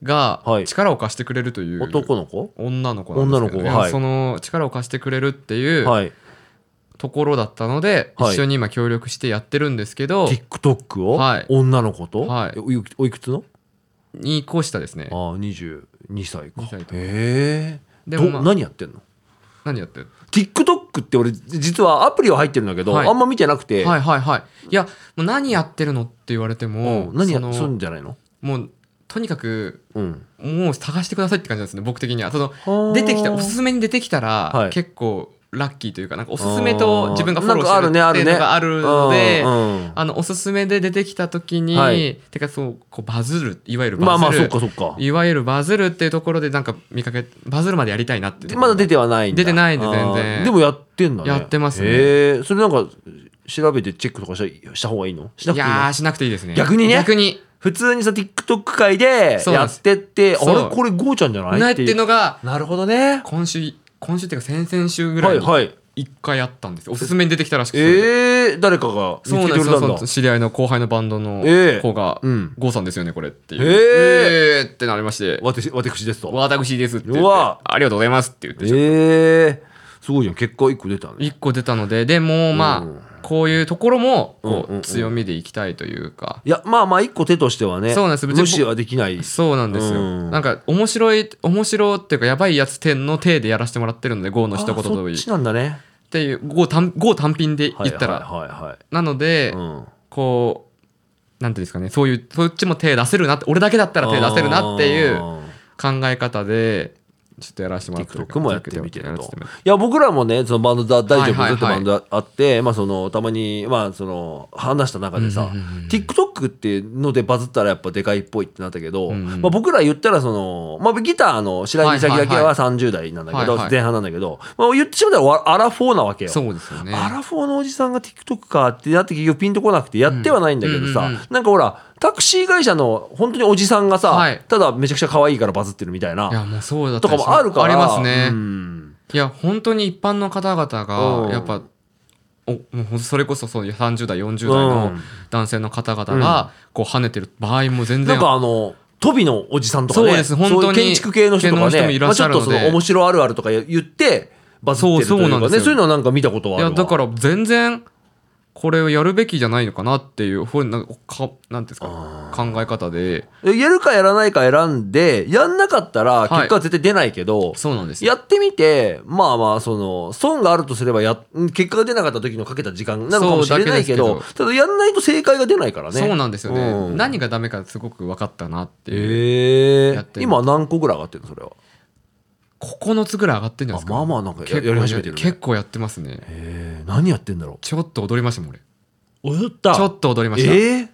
Speaker 2: が
Speaker 1: はい
Speaker 2: 力を貸してくれるという、
Speaker 1: 男の子
Speaker 2: 女の子なんですけど、ね
Speaker 1: 女の子はい
Speaker 2: その力を貸してくれるっていう
Speaker 1: はい。
Speaker 2: ところだったので、
Speaker 1: はい
Speaker 2: 一緒に今協力してやってるんですけど、
Speaker 1: TikTok を
Speaker 2: はい
Speaker 1: 女の子と
Speaker 2: はい
Speaker 1: えおいくおいくつの
Speaker 2: にこうしたですね
Speaker 1: ああ、22歳か
Speaker 2: 22歳。と
Speaker 1: へえ。
Speaker 2: で
Speaker 1: ど
Speaker 2: もまあ
Speaker 1: 何やってんの
Speaker 2: 何やってる
Speaker 1: ?TikTok って俺、実はアプリは入ってるんだけど、
Speaker 2: はい
Speaker 1: あんま見てなくて、
Speaker 2: はいはいはいいやもう何やってるのって言われても、
Speaker 1: うん何や
Speaker 2: そ
Speaker 1: っ
Speaker 2: の
Speaker 1: するんじゃないの
Speaker 2: もうとにかく
Speaker 1: うん。
Speaker 2: もう探してくださいって感じなんですね僕的にはその
Speaker 1: ー
Speaker 2: 出てきたおすすめに出てきたら、
Speaker 1: はい
Speaker 2: 結構ラッキーというかなんかおすすめと自分がフォロー
Speaker 1: あ
Speaker 2: して
Speaker 1: ー
Speaker 2: る
Speaker 1: なんかあ
Speaker 2: って
Speaker 1: る
Speaker 2: いう
Speaker 1: ねあるね
Speaker 2: のがあるので、
Speaker 1: うんうん
Speaker 2: あのおすすめで出てきた時に、
Speaker 1: はい
Speaker 2: てかそうこうバズるいわゆるバズる、
Speaker 1: まあまあ、そっかそっか。
Speaker 2: いわゆるバズるっていうところでなんか見かけバズるまでやりたいなっていう
Speaker 1: でまだ出てはないんだ
Speaker 2: 出てないんで
Speaker 1: あー
Speaker 2: 全然
Speaker 1: でもやってんだね
Speaker 2: やってますね
Speaker 1: へえそれなんか調べてチェックとかしたした方がいいのしなく
Speaker 2: い
Speaker 1: ていいの
Speaker 2: やーしなくていいですね
Speaker 1: 逆にね
Speaker 2: 逆に
Speaker 1: 普通にさ TikTok 界で
Speaker 2: そうな
Speaker 1: や
Speaker 2: んで
Speaker 1: っ
Speaker 2: す
Speaker 1: てってあ
Speaker 2: そう
Speaker 1: れこれゴーちゃんじゃない
Speaker 2: ないっていうのが
Speaker 1: なるほどね
Speaker 2: 今週今週っていうか先々週ぐら
Speaker 1: はいい
Speaker 2: に
Speaker 1: はい
Speaker 2: 一回あったんですよおすすめに出てきたらしくて
Speaker 1: えー、誰かが見つ
Speaker 2: そう
Speaker 1: け
Speaker 2: な
Speaker 1: て
Speaker 2: ん
Speaker 1: くれ
Speaker 2: です
Speaker 1: た
Speaker 2: よ
Speaker 1: ん
Speaker 2: そ
Speaker 1: だ
Speaker 2: の知り合いの後輩のバンドの
Speaker 1: ええ
Speaker 2: 子が
Speaker 1: うん
Speaker 2: 「郷さんですよねこれ」っていう
Speaker 1: え
Speaker 2: えーってなりまして
Speaker 1: わて私です
Speaker 2: 「
Speaker 1: と
Speaker 2: 私です」って言
Speaker 1: う
Speaker 2: って
Speaker 1: わ
Speaker 2: 「ありがとうございます」って言っ
Speaker 1: えー、
Speaker 2: て
Speaker 1: すごいじゃん結果一個出たね
Speaker 2: 一個出たのででもま
Speaker 1: うん
Speaker 2: あこういうところもこ
Speaker 1: うんうんうん
Speaker 2: う強みでいきたいというか
Speaker 1: いやまあまあ一個手としてはね
Speaker 2: そうなんです別に
Speaker 1: 無視はできない
Speaker 2: そうなんですよ、
Speaker 1: うん
Speaker 2: なんか面白い面白っていうかやばいやつ点の体でやらせてもらってるので GO の一言
Speaker 1: あそ
Speaker 2: と
Speaker 1: っ
Speaker 2: いい
Speaker 1: ちなんだね
Speaker 2: っていう GO 単 GO 単品で言ったら、
Speaker 1: はいはいはい
Speaker 2: なので、
Speaker 1: はい、うん
Speaker 2: こうなんていうんですかねそういうそっちも手出せるなって俺だけだったら手出せるなっていう
Speaker 1: あ
Speaker 2: 考え方でちょっとやらせてもらってる
Speaker 1: TikTok もやってみてると
Speaker 2: やらせもらっ
Speaker 1: いや僕らもねそのバンドだ大丈夫
Speaker 2: はいはいはい
Speaker 1: ずってバンドあってまあそのたまにまあその話した中でさ
Speaker 2: うんうんうんうん
Speaker 1: TikTok っていうのでバズったらやっぱでかいっぽいってなったけど
Speaker 2: うんうん
Speaker 1: まあ僕ら言ったらそのまあギターの白井美咲だけ
Speaker 2: はいはいは
Speaker 1: はい30代なんだけ
Speaker 2: はい
Speaker 1: ど
Speaker 2: はい
Speaker 1: 前半なんだけどまあ言ってしまったらわアラフォーなわけよ
Speaker 2: そうですよね
Speaker 1: アラフォーのおじさんが TikTok かってなって結局ピンとこなくてやってはないんだけどさ、
Speaker 2: うんうんうん
Speaker 1: なんかほらタクシー会社の本当におじさんがさ、
Speaker 2: はい
Speaker 1: ただめちゃくちゃ可愛いからバズってるみたいない
Speaker 2: やもうそうだっ
Speaker 1: と
Speaker 2: た
Speaker 1: か
Speaker 2: りし
Speaker 1: もあるから
Speaker 2: ありますね、
Speaker 1: うん
Speaker 2: いや本当に一般の方々
Speaker 1: うん
Speaker 2: がやっぱおもうそれこそそういう30代40代
Speaker 1: う
Speaker 2: の
Speaker 1: ん
Speaker 2: 男性の方々がこう跳ねてる場合も全
Speaker 1: な
Speaker 2: 然
Speaker 1: んかあの飛びのおじさんとかね
Speaker 2: そうです本当に
Speaker 1: そういう建築系の人とか
Speaker 2: 建築系の人も
Speaker 1: ね
Speaker 2: い
Speaker 1: ま
Speaker 2: ら
Speaker 1: あ
Speaker 2: っ
Speaker 1: ち
Speaker 2: し
Speaker 1: ょ
Speaker 2: ゃ
Speaker 1: っ
Speaker 2: るの
Speaker 1: と
Speaker 2: で
Speaker 1: その面白あるあるとか言ってバズってるというか
Speaker 2: そうそうなん
Speaker 1: ね
Speaker 2: ですよ
Speaker 1: そういうのはなんか見たことはいある
Speaker 2: や
Speaker 1: わ
Speaker 2: だから全然これをやるべきじゃないのかなっていうほうなんかかなんていうんです
Speaker 1: あ
Speaker 2: か考え方で
Speaker 1: やるかやらないか選んで、やんなかったら
Speaker 2: い
Speaker 1: 結果は絶対出ないけど、
Speaker 2: そうなんですよ
Speaker 1: やってみて、まあまあ、その、損があるとすればや、結果が出なかった時のかけた時間なのかもしれないけ
Speaker 2: そう
Speaker 1: ど
Speaker 2: だけで、
Speaker 1: ただやんないと正解が出ないからね。
Speaker 2: そうなんですよね、
Speaker 1: うん
Speaker 2: 何がダメかすごく分かったなっていう、
Speaker 1: え
Speaker 2: や
Speaker 1: え
Speaker 2: ってみて
Speaker 1: 今何個ぐらい上がってるのそれは。
Speaker 2: 9つぐらい上がってるんじ
Speaker 1: あ
Speaker 2: ゃないですか
Speaker 1: まあまあなんかや
Speaker 2: 結構
Speaker 1: やり始めてる、ね。
Speaker 2: 結構やってますね
Speaker 1: ええ何やってんだろ
Speaker 2: ちょっと踊りましたもん俺
Speaker 1: う。踊った
Speaker 2: ちょっと踊りました、
Speaker 1: ええ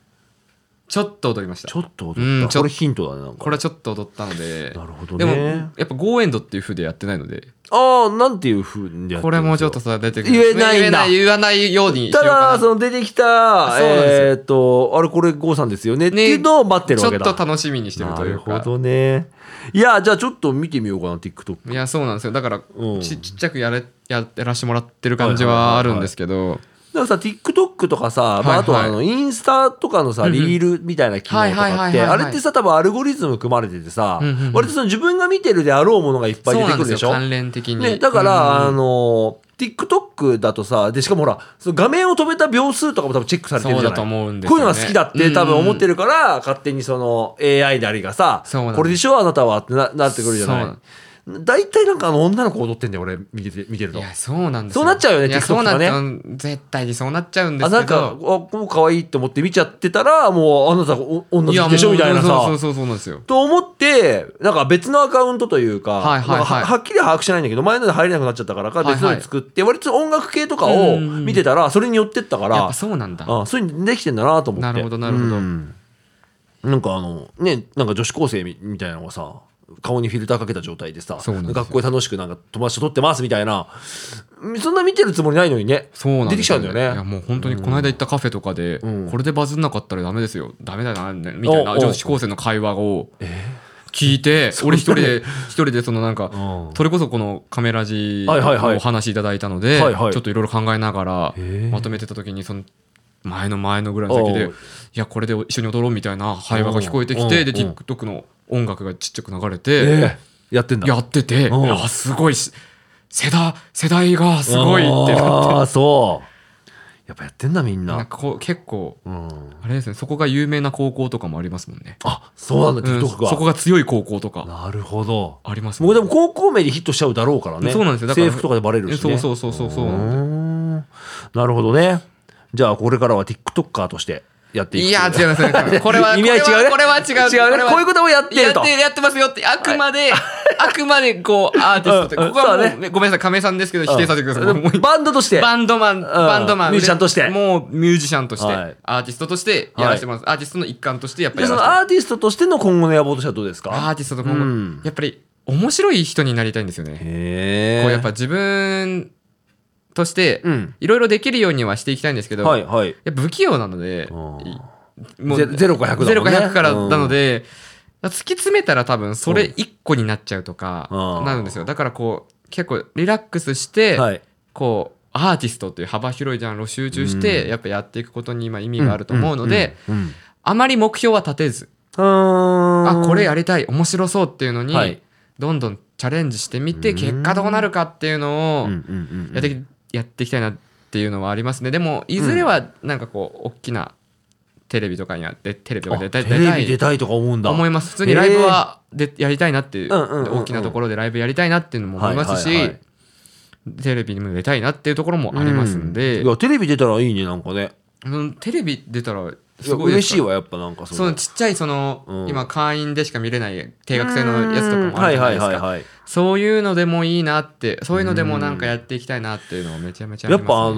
Speaker 2: ちょっと踊りました
Speaker 1: ちょっと踊った、
Speaker 2: うんちょ
Speaker 1: これヒントだね、なんか。
Speaker 2: これはちょっと踊ったので
Speaker 1: なるほどね
Speaker 2: でもやっぱゴーエンドっていう風でやってないので
Speaker 1: ああ、なんていうふうにやってるんですよ
Speaker 2: これもちょっとさ出てくる
Speaker 1: 言えないんだ
Speaker 2: 言えない言わないようにし
Speaker 1: た
Speaker 2: ようかな
Speaker 1: だ、その出てきた、
Speaker 2: そうなんですよ
Speaker 1: えーっ、と、あれこれ郷さんですよねって
Speaker 2: ね
Speaker 1: いうのを待ってるわけだ。
Speaker 2: ちょっと楽しみにしてる
Speaker 1: な
Speaker 2: とい
Speaker 1: る
Speaker 2: う
Speaker 1: ほ
Speaker 2: か
Speaker 1: どね。いや、じゃあちょっと見てみようかな、TikTok。
Speaker 2: いやそうなんですよだから
Speaker 1: うん
Speaker 2: ちちっちゃくやれややらしてもらってる感じはあるんですけど
Speaker 1: なんかさ、TikTok とかさ、ま
Speaker 2: はいは
Speaker 1: あ、
Speaker 2: い
Speaker 1: あとはあの、インスタとかのさ、
Speaker 2: うんうん
Speaker 1: リールみたいな機能とか
Speaker 2: は
Speaker 1: っ
Speaker 2: いはいはい
Speaker 1: て、
Speaker 2: はい
Speaker 1: あ
Speaker 2: はい
Speaker 1: れってさ、多分アルゴリズム組まれててさ
Speaker 2: うんうんう、ん
Speaker 1: 割とその自分が見てるであろうものがいっぱい
Speaker 2: そう
Speaker 1: 出て
Speaker 2: な
Speaker 1: く
Speaker 2: ん
Speaker 1: る
Speaker 2: で
Speaker 1: ですし
Speaker 2: よ
Speaker 1: ょ
Speaker 2: 関連的に
Speaker 1: ね、だから、
Speaker 2: う
Speaker 1: あ
Speaker 2: ん
Speaker 1: の、TikTok だとさ、で、しかもほら、その画面を止めた秒数とかも多分チェックされてる
Speaker 2: そう
Speaker 1: じゃ
Speaker 2: だ
Speaker 1: ない
Speaker 2: と思うんです
Speaker 1: こう
Speaker 2: よ
Speaker 1: いう
Speaker 2: ね
Speaker 1: のが好きだって多分思ってるから、勝手にその AI なりがさ
Speaker 2: そうなんで、す
Speaker 1: これでしょあなたはってななってくるじゃない
Speaker 2: そう。
Speaker 1: 大体なんかあの女の子踊ってんだよ、俺見てて見てる
Speaker 2: い
Speaker 1: と。
Speaker 2: やそうなんです
Speaker 1: そうなっちゃうよね
Speaker 2: いや
Speaker 1: TikTok
Speaker 2: そうなっちゃ
Speaker 1: とか
Speaker 2: う絶対にそうなっちゃうんで
Speaker 1: あ
Speaker 2: す
Speaker 1: な
Speaker 2: け
Speaker 1: んか、あ
Speaker 2: ど
Speaker 1: こう可愛いって思って見ちゃってたら、もうあなたお女好きでしょみたいな
Speaker 2: そうそう
Speaker 1: さ。
Speaker 2: そうそうなんですよ
Speaker 1: と思って、なんか別のアカウントというか、
Speaker 2: はいはいはい
Speaker 1: なんかははっきりは把握してないんだけど、前ので入れなくなっちゃったからか、
Speaker 2: はいはい
Speaker 1: 別のに作って、割と音楽系とかを見てたら、それに寄ってったか
Speaker 2: やっ
Speaker 1: ら
Speaker 2: ぱ、そうなんだ
Speaker 1: あそういうのできてんだなと思って
Speaker 2: なるほどなるほど
Speaker 1: うんなんかあのねなんか女子高生みみたいなのがさ顔にフィルターかけた状態でさ
Speaker 2: そうなんですよ
Speaker 1: 学校で楽しくなんか友達と撮ってますみたいなうんそんな見てるつもりないのにね
Speaker 2: そうなん
Speaker 1: 出てきちゃうんだよ
Speaker 2: いや
Speaker 1: ね
Speaker 2: もう本当にこの間行ったカフェとかで、
Speaker 1: うん
Speaker 2: これでバズんなかったらダメですよダメだなみたい
Speaker 1: お
Speaker 2: な
Speaker 1: うおう
Speaker 2: 女子高生の会話を聞いて、俺一人で一人でそのなんか、
Speaker 1: うん
Speaker 2: それこそこのカメラ時
Speaker 1: はいはいはい
Speaker 2: のお話いただいたので、
Speaker 1: はいはい
Speaker 2: ちょっといろいろ考えながら
Speaker 1: へー
Speaker 2: まとめてた時にその前の前のぐらいの時で
Speaker 1: お
Speaker 2: いうやこれで一緒に踊ろうみたいな会話が聞こえてき
Speaker 1: おう
Speaker 2: てで
Speaker 1: おう
Speaker 2: TikTok の音楽がちっちゃく流れて、
Speaker 1: ええやってんだ
Speaker 2: やってて、
Speaker 1: うん
Speaker 2: いやすごいし世代世代がすごいってなって
Speaker 1: ああそうやっぱやってんだみん
Speaker 2: なん
Speaker 1: な
Speaker 2: かこう結構
Speaker 1: うん
Speaker 2: あれですねそこが有名な高校とかもありますもんね
Speaker 1: あそうなんだ
Speaker 2: うん
Speaker 1: TikTok
Speaker 2: そこ
Speaker 1: が
Speaker 2: が強い高校とか
Speaker 1: なるほど
Speaker 2: あります
Speaker 1: 僕で
Speaker 2: ね
Speaker 1: も高校名でヒットしちゃうだろうからね。
Speaker 2: そうなんですよだから
Speaker 1: 制服とかでバレるし、ね。
Speaker 2: そうそうそうそうそう
Speaker 1: ーんなるほどね。じゃあこれからは TikToker としてやっていく。
Speaker 2: いや違いますねこれ は
Speaker 1: 意味合い違うね。
Speaker 2: これはこれは違う
Speaker 1: 違う
Speaker 2: こ
Speaker 1: ね
Speaker 2: れ。は
Speaker 1: こういうことをやってい
Speaker 2: や
Speaker 1: る
Speaker 2: っ
Speaker 1: と。
Speaker 2: てやってますよってあくまで、あくまでこうアーティストって
Speaker 1: うんうん
Speaker 2: ここはもう
Speaker 1: そう
Speaker 2: ねごめんなさい亀井さんですけど否定させてください、
Speaker 1: うん
Speaker 2: もう
Speaker 1: バンドとして。
Speaker 2: バンドマン、バンドマン
Speaker 1: ミュージシャンとして
Speaker 2: もうミュージシャンとして、
Speaker 1: はい
Speaker 2: アーティストとしてやらせてもらって、アーティストの一環としてやっぱ
Speaker 1: じゃ
Speaker 2: り
Speaker 1: あ
Speaker 2: や
Speaker 1: その
Speaker 2: らせてもらって
Speaker 1: アーティストとしての今後の野望としてはどうですか
Speaker 2: アーティストと今後、
Speaker 1: うん
Speaker 2: やっぱり面白い人になりたいんですよね
Speaker 1: へえ。
Speaker 2: こうやっぱ自分として
Speaker 1: うん
Speaker 2: いろいろできるようにはしていきたいんですけど、
Speaker 1: はいいはい。
Speaker 2: や不器用なので、
Speaker 1: うん
Speaker 2: もう
Speaker 1: ゼゼロか100だもんね
Speaker 2: ゼロか100からなので、突き詰めたら多分それ1個になっちゃうと
Speaker 1: う
Speaker 2: か
Speaker 1: ん
Speaker 2: なるんですよだからこう結構リラックスして、
Speaker 1: はい。
Speaker 2: こうアーティストっていう幅広いジャンルを集中して、
Speaker 1: う
Speaker 2: やっぱやっていくことに今意味があると思うので、
Speaker 1: うん。うん
Speaker 2: あまり目標は立てず、
Speaker 1: うん
Speaker 2: あこれやりたい面白そうっていうのに、
Speaker 1: はい
Speaker 2: どんどんチャレンジしてみて、
Speaker 1: うん
Speaker 2: 結果どうなるかっていうのを、
Speaker 1: うんうんうん
Speaker 2: やってきやっていきたいなっていうのはありますねでもいずれはなんかこう大きなテレビとかにはでテレビと
Speaker 1: あ
Speaker 2: か
Speaker 1: テ
Speaker 2: 出たい
Speaker 1: レビ出
Speaker 2: 出たい
Speaker 1: たいとか思うんだ。
Speaker 2: 思います普通にライブはでやりたいなっていう
Speaker 1: うんうんうんうん
Speaker 2: 大きなところでライブやりたいなっていうのも思います
Speaker 1: はいはいは
Speaker 2: しテレビにも出たいなっていうところもありますんで
Speaker 1: うんいやテレビ出たらいいねなんかね
Speaker 2: うんテレビ出たら
Speaker 1: い
Speaker 2: す
Speaker 1: や
Speaker 2: ごい
Speaker 1: 嬉しい
Speaker 2: わ
Speaker 1: わやっぱなんかそ
Speaker 2: そ
Speaker 1: の
Speaker 2: のちっちゃいその
Speaker 1: うん
Speaker 2: 今会員でしか見れない定額制のやつとかもあるじゃ
Speaker 1: は
Speaker 2: ないいです
Speaker 1: はい
Speaker 2: か
Speaker 1: はいはい
Speaker 2: そういうのでもいいなってそういうのでもなんかやっていきたいなっていうのはめちゃめちゃあり
Speaker 1: やっ
Speaker 2: ますね
Speaker 1: ぱあの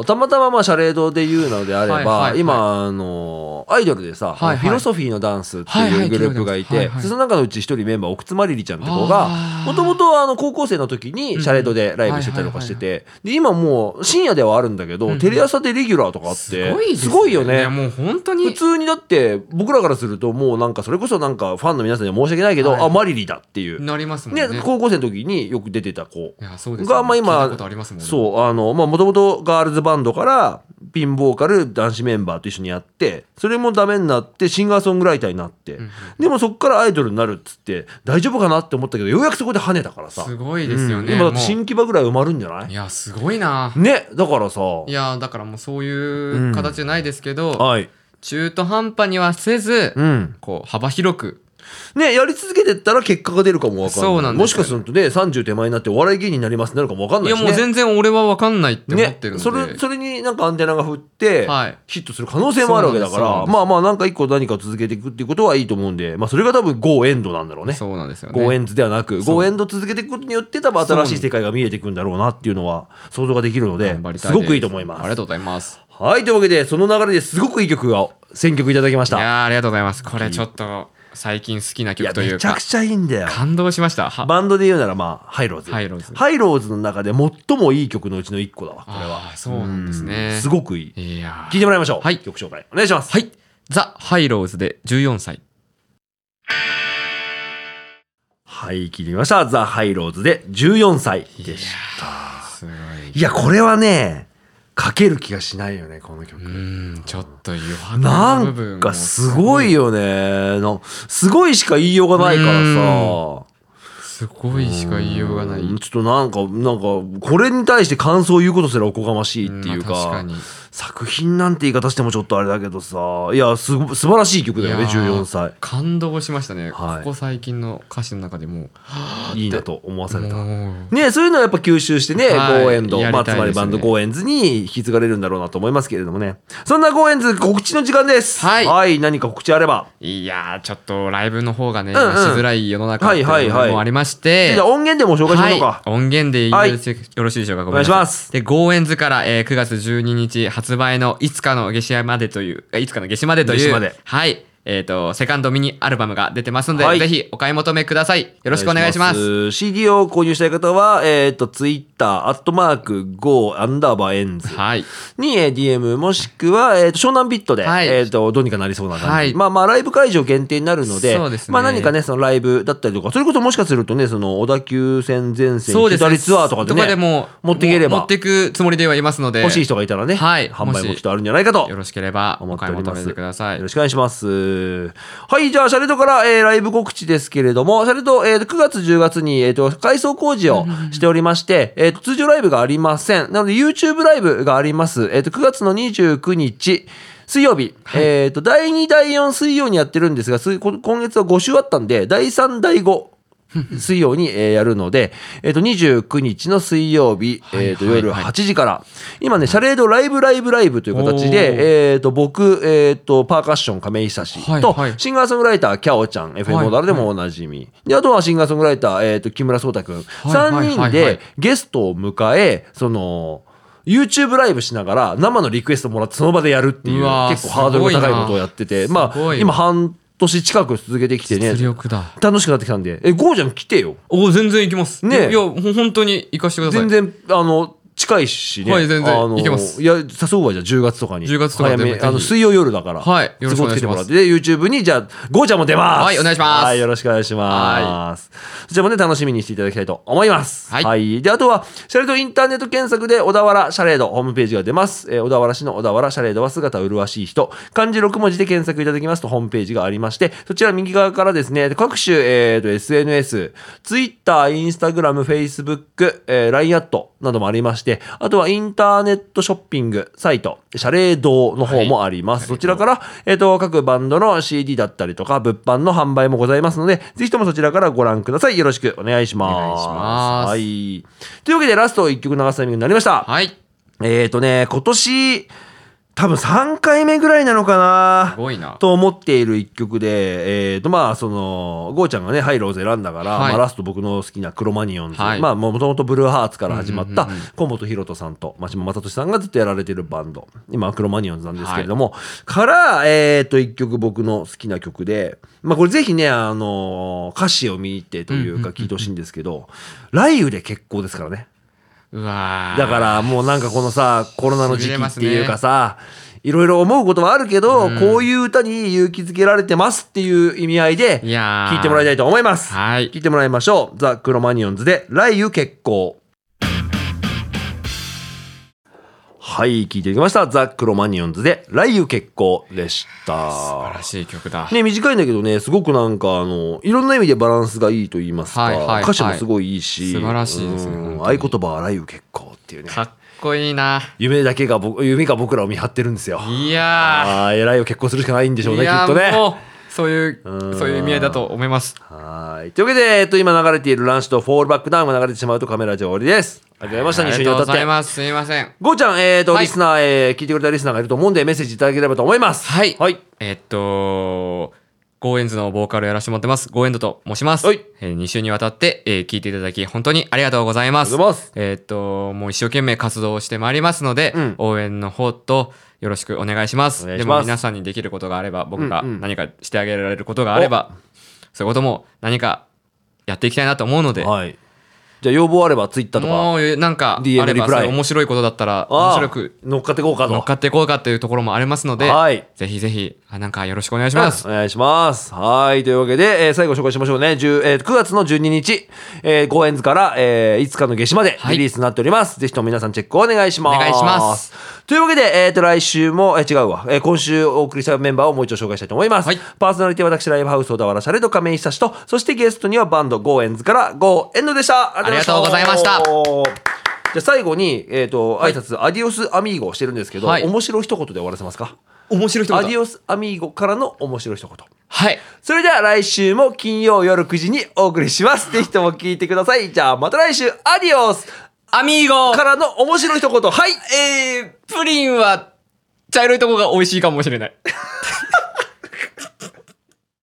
Speaker 1: ーたまたままあシャレードで言うのであれば、
Speaker 2: はいはいはい
Speaker 1: 今あのーアイドルでさ、
Speaker 2: いはい
Speaker 1: フィロソフィーのダンスって
Speaker 2: はい
Speaker 1: い
Speaker 2: は
Speaker 1: う
Speaker 2: い
Speaker 1: グループがいて、
Speaker 2: はいはい
Speaker 1: その中のうち一人メンバー奥妻リリちゃんって子が
Speaker 2: あー
Speaker 1: もともとあの高校生の時にシャレードでライブしてたりとかしてて、で今もう深夜ではあるんだけど、
Speaker 2: うんうん
Speaker 1: テレ朝でレギュラーとかあって
Speaker 2: すごいですね
Speaker 1: よね
Speaker 2: いやもう本当
Speaker 1: 普
Speaker 2: に
Speaker 1: 通にだって僕らからするともうなんかそれこそなんかファンの皆さんには申し訳ないけど、
Speaker 2: はい
Speaker 1: あマリリだっていう、
Speaker 2: なりますもん
Speaker 1: ね
Speaker 2: ね。
Speaker 1: 高校生の時によく出てた子
Speaker 2: いやそうですよ
Speaker 1: が
Speaker 2: ね
Speaker 1: まあ
Speaker 2: 聞い
Speaker 1: 今
Speaker 2: たことありますもんね。
Speaker 1: そうあのまあもともとガールズバンドからピンボーカル男子メンバーと一緒にやってそれもダメになってシンガーソングライターになって、
Speaker 2: んうん
Speaker 1: でもそこからアイドルになるっつって大丈夫かなって思ったけどようやくそこで跳ねたからさ
Speaker 2: すごいですよね。
Speaker 1: うん今だって
Speaker 2: もう
Speaker 1: 新規場ぐらい埋まるんじゃないい
Speaker 2: や、す ごいな。
Speaker 1: ねだからさ
Speaker 2: いや、だからもうそういう形じゃないですけど、
Speaker 1: はい
Speaker 2: 中途半端にはせず、
Speaker 1: うん
Speaker 2: こう、幅広く。
Speaker 1: ねやり続けてったら結果が出るかもわかんない
Speaker 2: そうなんですよね
Speaker 1: もしかするとね30手前になってお笑い芸人になりますってなるかもわかん
Speaker 2: い
Speaker 1: ない
Speaker 2: や、
Speaker 1: し、ね、
Speaker 2: もう全然俺は分かんないって思ってるので。
Speaker 1: ね、それそれになんかアンテナが振って、
Speaker 2: はい
Speaker 1: ヒットする可能性もあるわけだか
Speaker 2: そうなん
Speaker 1: ら
Speaker 2: です
Speaker 1: まあまあなんか一個何かを続けていくっていうことはいいと思うんで、まあ、それが多分ゴーエンドなんだろうね
Speaker 2: そうなんですよね。
Speaker 1: ゴーエンズではなく
Speaker 2: そう
Speaker 1: ゴーエンド続けていくことによって多分新しい世界が見えていくんだろうなっていうのは想像ができるので
Speaker 2: 頑張りた
Speaker 1: す
Speaker 2: です
Speaker 1: ごくいいと思い
Speaker 2: あ
Speaker 1: ま
Speaker 2: り
Speaker 1: す
Speaker 2: が。とうございます。
Speaker 1: はいというわけでその流れですごくいい曲が選曲いただきまし
Speaker 2: い
Speaker 1: た。
Speaker 2: やーありがとうございます。これちょっと最近好きない
Speaker 1: や
Speaker 2: 曲とい
Speaker 1: め
Speaker 2: う
Speaker 1: ちゃ
Speaker 2: か
Speaker 1: く、ちゃいいんだよ。
Speaker 2: 感動しました。は
Speaker 1: バンドで言うならまあハイローズ。
Speaker 2: ハイローズ
Speaker 1: ハイローズの中で最もいい曲のうちの一個だわこれは。
Speaker 2: あーそうなんですね
Speaker 1: うん。すごくいい。
Speaker 2: いや
Speaker 1: 聞いてもらいましょう。
Speaker 2: はい
Speaker 1: 曲紹介お願いします。
Speaker 2: はい。ザ・ハイローズで14歳。
Speaker 1: はい、切りました。ザ・ハイローズで14歳でした。
Speaker 2: すごい。
Speaker 1: いや、これはね、書ける気がしないよね、この曲
Speaker 2: う。ん、ちょっと余白
Speaker 1: な
Speaker 2: の部分
Speaker 1: んかすごいよね。なすごいしか言いようがないからさ。
Speaker 2: すごいしか言いようがない。
Speaker 1: うんちょっとなんか、なんか、これに対して感想を言うことすらおこがましいっていうか、
Speaker 2: まあ確かに。
Speaker 1: 作品なんて言い方してもちょっとあれだけどさ、いや、すご素晴らしい曲だよね、
Speaker 2: いやー
Speaker 1: 14歳。
Speaker 2: 感動しましたね。
Speaker 1: はい
Speaker 2: ここ最近の歌詞の中でも
Speaker 1: いいなと思わされた。
Speaker 2: もう
Speaker 1: ね、そういうのをやっぱ吸収してね、
Speaker 2: はい
Speaker 1: ゴーエンド、
Speaker 2: やり
Speaker 1: ま
Speaker 2: たい
Speaker 1: あ、
Speaker 2: で
Speaker 1: つまり
Speaker 2: すね
Speaker 1: バンドゴーエンズに引き継がれるんだろうなと思いますけれどもね。そんなゴーエンズ告知の時間です。
Speaker 2: はい
Speaker 1: 何か告知あれば。
Speaker 2: いやーちょっとライブの方がね、
Speaker 1: うんうん
Speaker 2: 今しづらい世の中っていう
Speaker 1: はいはいはい
Speaker 2: のもありまして、
Speaker 1: じゃあ音源でも紹介しましょうか。
Speaker 2: はい、音源でよろしいよろしいでしょうかごめんなさ
Speaker 1: お願いします
Speaker 2: で、ゴーエンズから、えー9月12日発売のいつかの夏至までという、えいつかの夏至までと
Speaker 1: 夏
Speaker 2: い
Speaker 1: 至
Speaker 2: う、
Speaker 1: まで
Speaker 2: はい、えっ、と、セカンドミニアルバムが出てますので、
Speaker 1: はい
Speaker 2: ぜひお買い求めください。よろしくお願いします。
Speaker 1: す。CD を購入したい方は、えっ、と、Twitter、アットマーク、ゴー、アンダーバーエンズ。
Speaker 2: はい。
Speaker 1: に、えー DM もしくは、えーと湘南ビットで、
Speaker 2: はい
Speaker 1: えー、とどうにかなりそうな感じ、
Speaker 2: はい
Speaker 1: まあまあライブ会場限定になるので
Speaker 2: そうですね
Speaker 1: まあ、何かねそのライブだったりとかそれこそもしかするとねその小田急線前線
Speaker 2: そうです
Speaker 1: 左ツアーとかでね
Speaker 2: も
Speaker 1: 持っていければ
Speaker 2: 持ってくつもりではいますので、
Speaker 1: 欲しい人がいたらね、
Speaker 2: はい
Speaker 1: 販売
Speaker 2: も
Speaker 1: も
Speaker 2: し
Speaker 1: きっとあるんじゃないかと
Speaker 2: よろしければ
Speaker 1: 思
Speaker 2: お
Speaker 1: ってお
Speaker 2: 買い
Speaker 1: り
Speaker 2: 求
Speaker 1: ま
Speaker 2: め
Speaker 1: す。
Speaker 2: てください
Speaker 1: よろ。しくお願いします。はい、じゃあ、シャレトから、えーライブ告知ですけれども、シャレト、えー9月、10月に、えっ、と、改装工事をしておりまして、えっ、と、通常ライブがありません。なので、YouTube ライブがあります。えっ、と、9月の29日、水曜日、えっ、と、第2、第4水曜にやってるんですが、すこ今月は5週あったんで、第3、第5、水曜に、えーやるので、えっ、と、29日の水曜日、
Speaker 2: い
Speaker 1: えっ、と、
Speaker 2: はい
Speaker 1: 夜
Speaker 2: はい
Speaker 1: 8時から、今ね、シャレードライブライブライブという形で
Speaker 2: おー、
Speaker 1: えー、と僕、えー、とパーカッション亀井久志
Speaker 2: はい
Speaker 1: と、
Speaker 2: はい
Speaker 1: シンガーソングライターキャオちゃん FM
Speaker 2: はい
Speaker 1: モダルでもおなじみ、であとはシンガーソングライター、えー、と木村颯太君、
Speaker 2: い
Speaker 1: 三
Speaker 2: はい
Speaker 1: 3人
Speaker 2: はいは
Speaker 1: で
Speaker 2: い
Speaker 1: ゲストを迎えその YouTube ライブしながら生のリクエストもらってその場でやるっていう
Speaker 2: うわー
Speaker 1: 結構ハードルが高いことをやってて
Speaker 2: すごいな
Speaker 1: ますあ
Speaker 2: ごい
Speaker 1: 今半年近く続けてきて
Speaker 2: 実
Speaker 1: ね
Speaker 2: 力だ。
Speaker 1: 楽しくなってきたんでえゴーちゃん来てよ
Speaker 2: おお、全然いきます。
Speaker 1: ね
Speaker 2: いや、ほ本当に行かせてくださ
Speaker 1: 全
Speaker 2: い。
Speaker 1: 然あの近いしね、
Speaker 2: はい全然
Speaker 1: あの
Speaker 2: いけます
Speaker 1: いや誘うわじゃあ10月とかに
Speaker 2: 10月とかでも
Speaker 1: 早め
Speaker 2: ぜひ
Speaker 1: あの水曜夜だから
Speaker 2: はいよろしくお願いします
Speaker 1: 都合つけてもらってで YouTube にじゃあゴーちゃんも出ます
Speaker 2: はいお願いします
Speaker 1: はいよろしくお願いしますそちらもね楽しみにしていただきたいと思います
Speaker 2: はい
Speaker 1: であとはシャレードインターネット検索で小田原シャレードホームページが出ます、えー小田原市の小田原シャレードは姿麗しい人漢字6文字で検索いただきますとホームページがありましてそちら右側からですね各種、えー、と SNS ツイッターインスタグラムフェイスブック LINE アットなどもありましてあとはインターネットショッピングサイトシャレードの方もあります、そちらから、えー、と各バンドの CD だったりとか物販の販売もございますのでぜひともそちらからご覧くださいよろしくお願いします
Speaker 2: お願いします
Speaker 1: はい。というわけでラスト1曲流すタイミングになりました。
Speaker 2: はい。す
Speaker 1: えっ、とね、今年、多分3回目ぐらいなのかな
Speaker 2: ごいな。
Speaker 1: と思っている1曲で、えっ、とまあその、ゴーちゃんがね、ハイローズ選んだから、
Speaker 2: はい
Speaker 1: まあ、ラスト僕の好きなクロマニオンズ、
Speaker 2: はい
Speaker 1: まあもともとブルーハーツから始まった
Speaker 2: うんうんうん
Speaker 1: 小本博人さんと町間正俊さんがずっとやられてるバンド、今はクロマニオンズなんですけれども、から、えっ、と1曲僕の好きな曲で、まあこれぜひね、あのー歌詞を見てというか聞いてほしいんですけど、雷雨で結構ですからね。
Speaker 2: うわー
Speaker 1: だからもうなんかこのさコロナの時期っていうかさ、いろいろ思うことはあるけど、
Speaker 2: うん
Speaker 1: こういう歌に勇気づけられてますっていう意味合いで
Speaker 2: いやー
Speaker 1: 聞いてもらいたいと思います。
Speaker 2: はい
Speaker 1: 聞。いてもらいましょう。ザ・クロマニオンズで雷雨結構。はい、聞いていきました。ザ・クロマニオンズで、雷雨結構でした。
Speaker 2: 素晴らしい曲だ。
Speaker 1: ね、短いんだけどね、すごくなんか、あの、いろんな意味でバランスがいいと言いますか、
Speaker 2: はいはいはい
Speaker 1: 歌詞もすごいいいし、
Speaker 2: 素晴らしいですね
Speaker 1: うん合
Speaker 2: 本当に
Speaker 1: 言葉は雷雨結構っていうね。
Speaker 2: かっこいいな。
Speaker 1: 夢だけが僕、夢が僕らを見張ってるんですよ。
Speaker 2: いや
Speaker 1: ああ、偉いを結婚するしかないんでしょう
Speaker 2: ー。
Speaker 1: ね、
Speaker 2: い
Speaker 1: き
Speaker 2: や
Speaker 1: っとね
Speaker 2: ー。もう、そういう
Speaker 1: う、ん
Speaker 2: そういう意味合いだと思います。
Speaker 1: はーい。というわけで、えっと、今流れているランシュとフォールバックダウンが流れてしまうとカメラ上終わりです。ありがとうございました、一
Speaker 2: あ
Speaker 1: 緒
Speaker 2: り
Speaker 1: に
Speaker 2: がとう
Speaker 1: 歌
Speaker 2: ご
Speaker 1: って
Speaker 2: ざい。ます。すいません。
Speaker 1: ゴーちゃん、えっ、と、
Speaker 2: はい
Speaker 1: リスナー、えー聞いてくれたリスナーがいると思うんで、メッセージいただければと思います。
Speaker 2: はい。
Speaker 1: はい。
Speaker 2: えっと、ゴーエンズのボーカルやらせてもらってます。ゴーエンドと申します。
Speaker 1: はい
Speaker 2: えー、2週にわたって、えー聞いていただき、本当にありがとうございます。
Speaker 1: ありがとうございます
Speaker 2: えっと、もう一生懸命活動をしてまいりますので、
Speaker 1: うん
Speaker 2: 応援の方と、よろしくお願いします。
Speaker 1: お願いし
Speaker 2: で
Speaker 1: ます
Speaker 2: も皆さんにできることがあれば、僕が
Speaker 1: うんうん
Speaker 2: 何かしてあげられることがあれば、そういうことも何かやっていきたいなと思うので、
Speaker 1: はい。じゃあ、要望あれば、ツイッターとか、
Speaker 2: もうなんか
Speaker 1: DM
Speaker 2: あれ
Speaker 1: リ
Speaker 2: ば、
Speaker 1: プライ
Speaker 2: そういう面白いことだったら、面
Speaker 1: あー
Speaker 2: 白く
Speaker 1: 乗っかっていこうかと。
Speaker 2: 乗っかっていこうかっていうところもありますので、
Speaker 1: はい
Speaker 2: ぜひぜひ、あなんかよろしくお願いします。
Speaker 1: お願いします。はい。というわけで、えー最後紹介しましょうね。10えー9月の12日、えー、ゴーエンズから、えー5日の夏至まで
Speaker 2: はい
Speaker 1: リリースになっております。ぜひとも皆さんチェックをお願いします。
Speaker 2: お願いします。
Speaker 1: というわけで、えーと、来週も、えー違うわ、えー今週お送りしたメンバーをもう一度紹介したいと思います。
Speaker 2: はい
Speaker 1: パーソナリティは私、ライブハウス小田原シャレと亀井久志と、そしてゲストにはバンド、ゴーエンズから、ゴーエンドでした。あ
Speaker 2: ありがと
Speaker 1: じゃあ最後に、えっ、と、挨拶、アディオスアミーゴをしてるんですけど、
Speaker 2: はい
Speaker 1: 面白い一言で終わらせますか
Speaker 2: 面白い
Speaker 1: アディオスアミーゴからの面白い一言。
Speaker 2: はい。
Speaker 1: それでは来週も金曜夜9時にお送りします。ぜひとも聞いてください。じゃあまた来週、アディオス
Speaker 2: アミーゴ
Speaker 1: からの面白い一言。はい、えー
Speaker 2: プリンは、茶色いとこが美味しいかもしれない。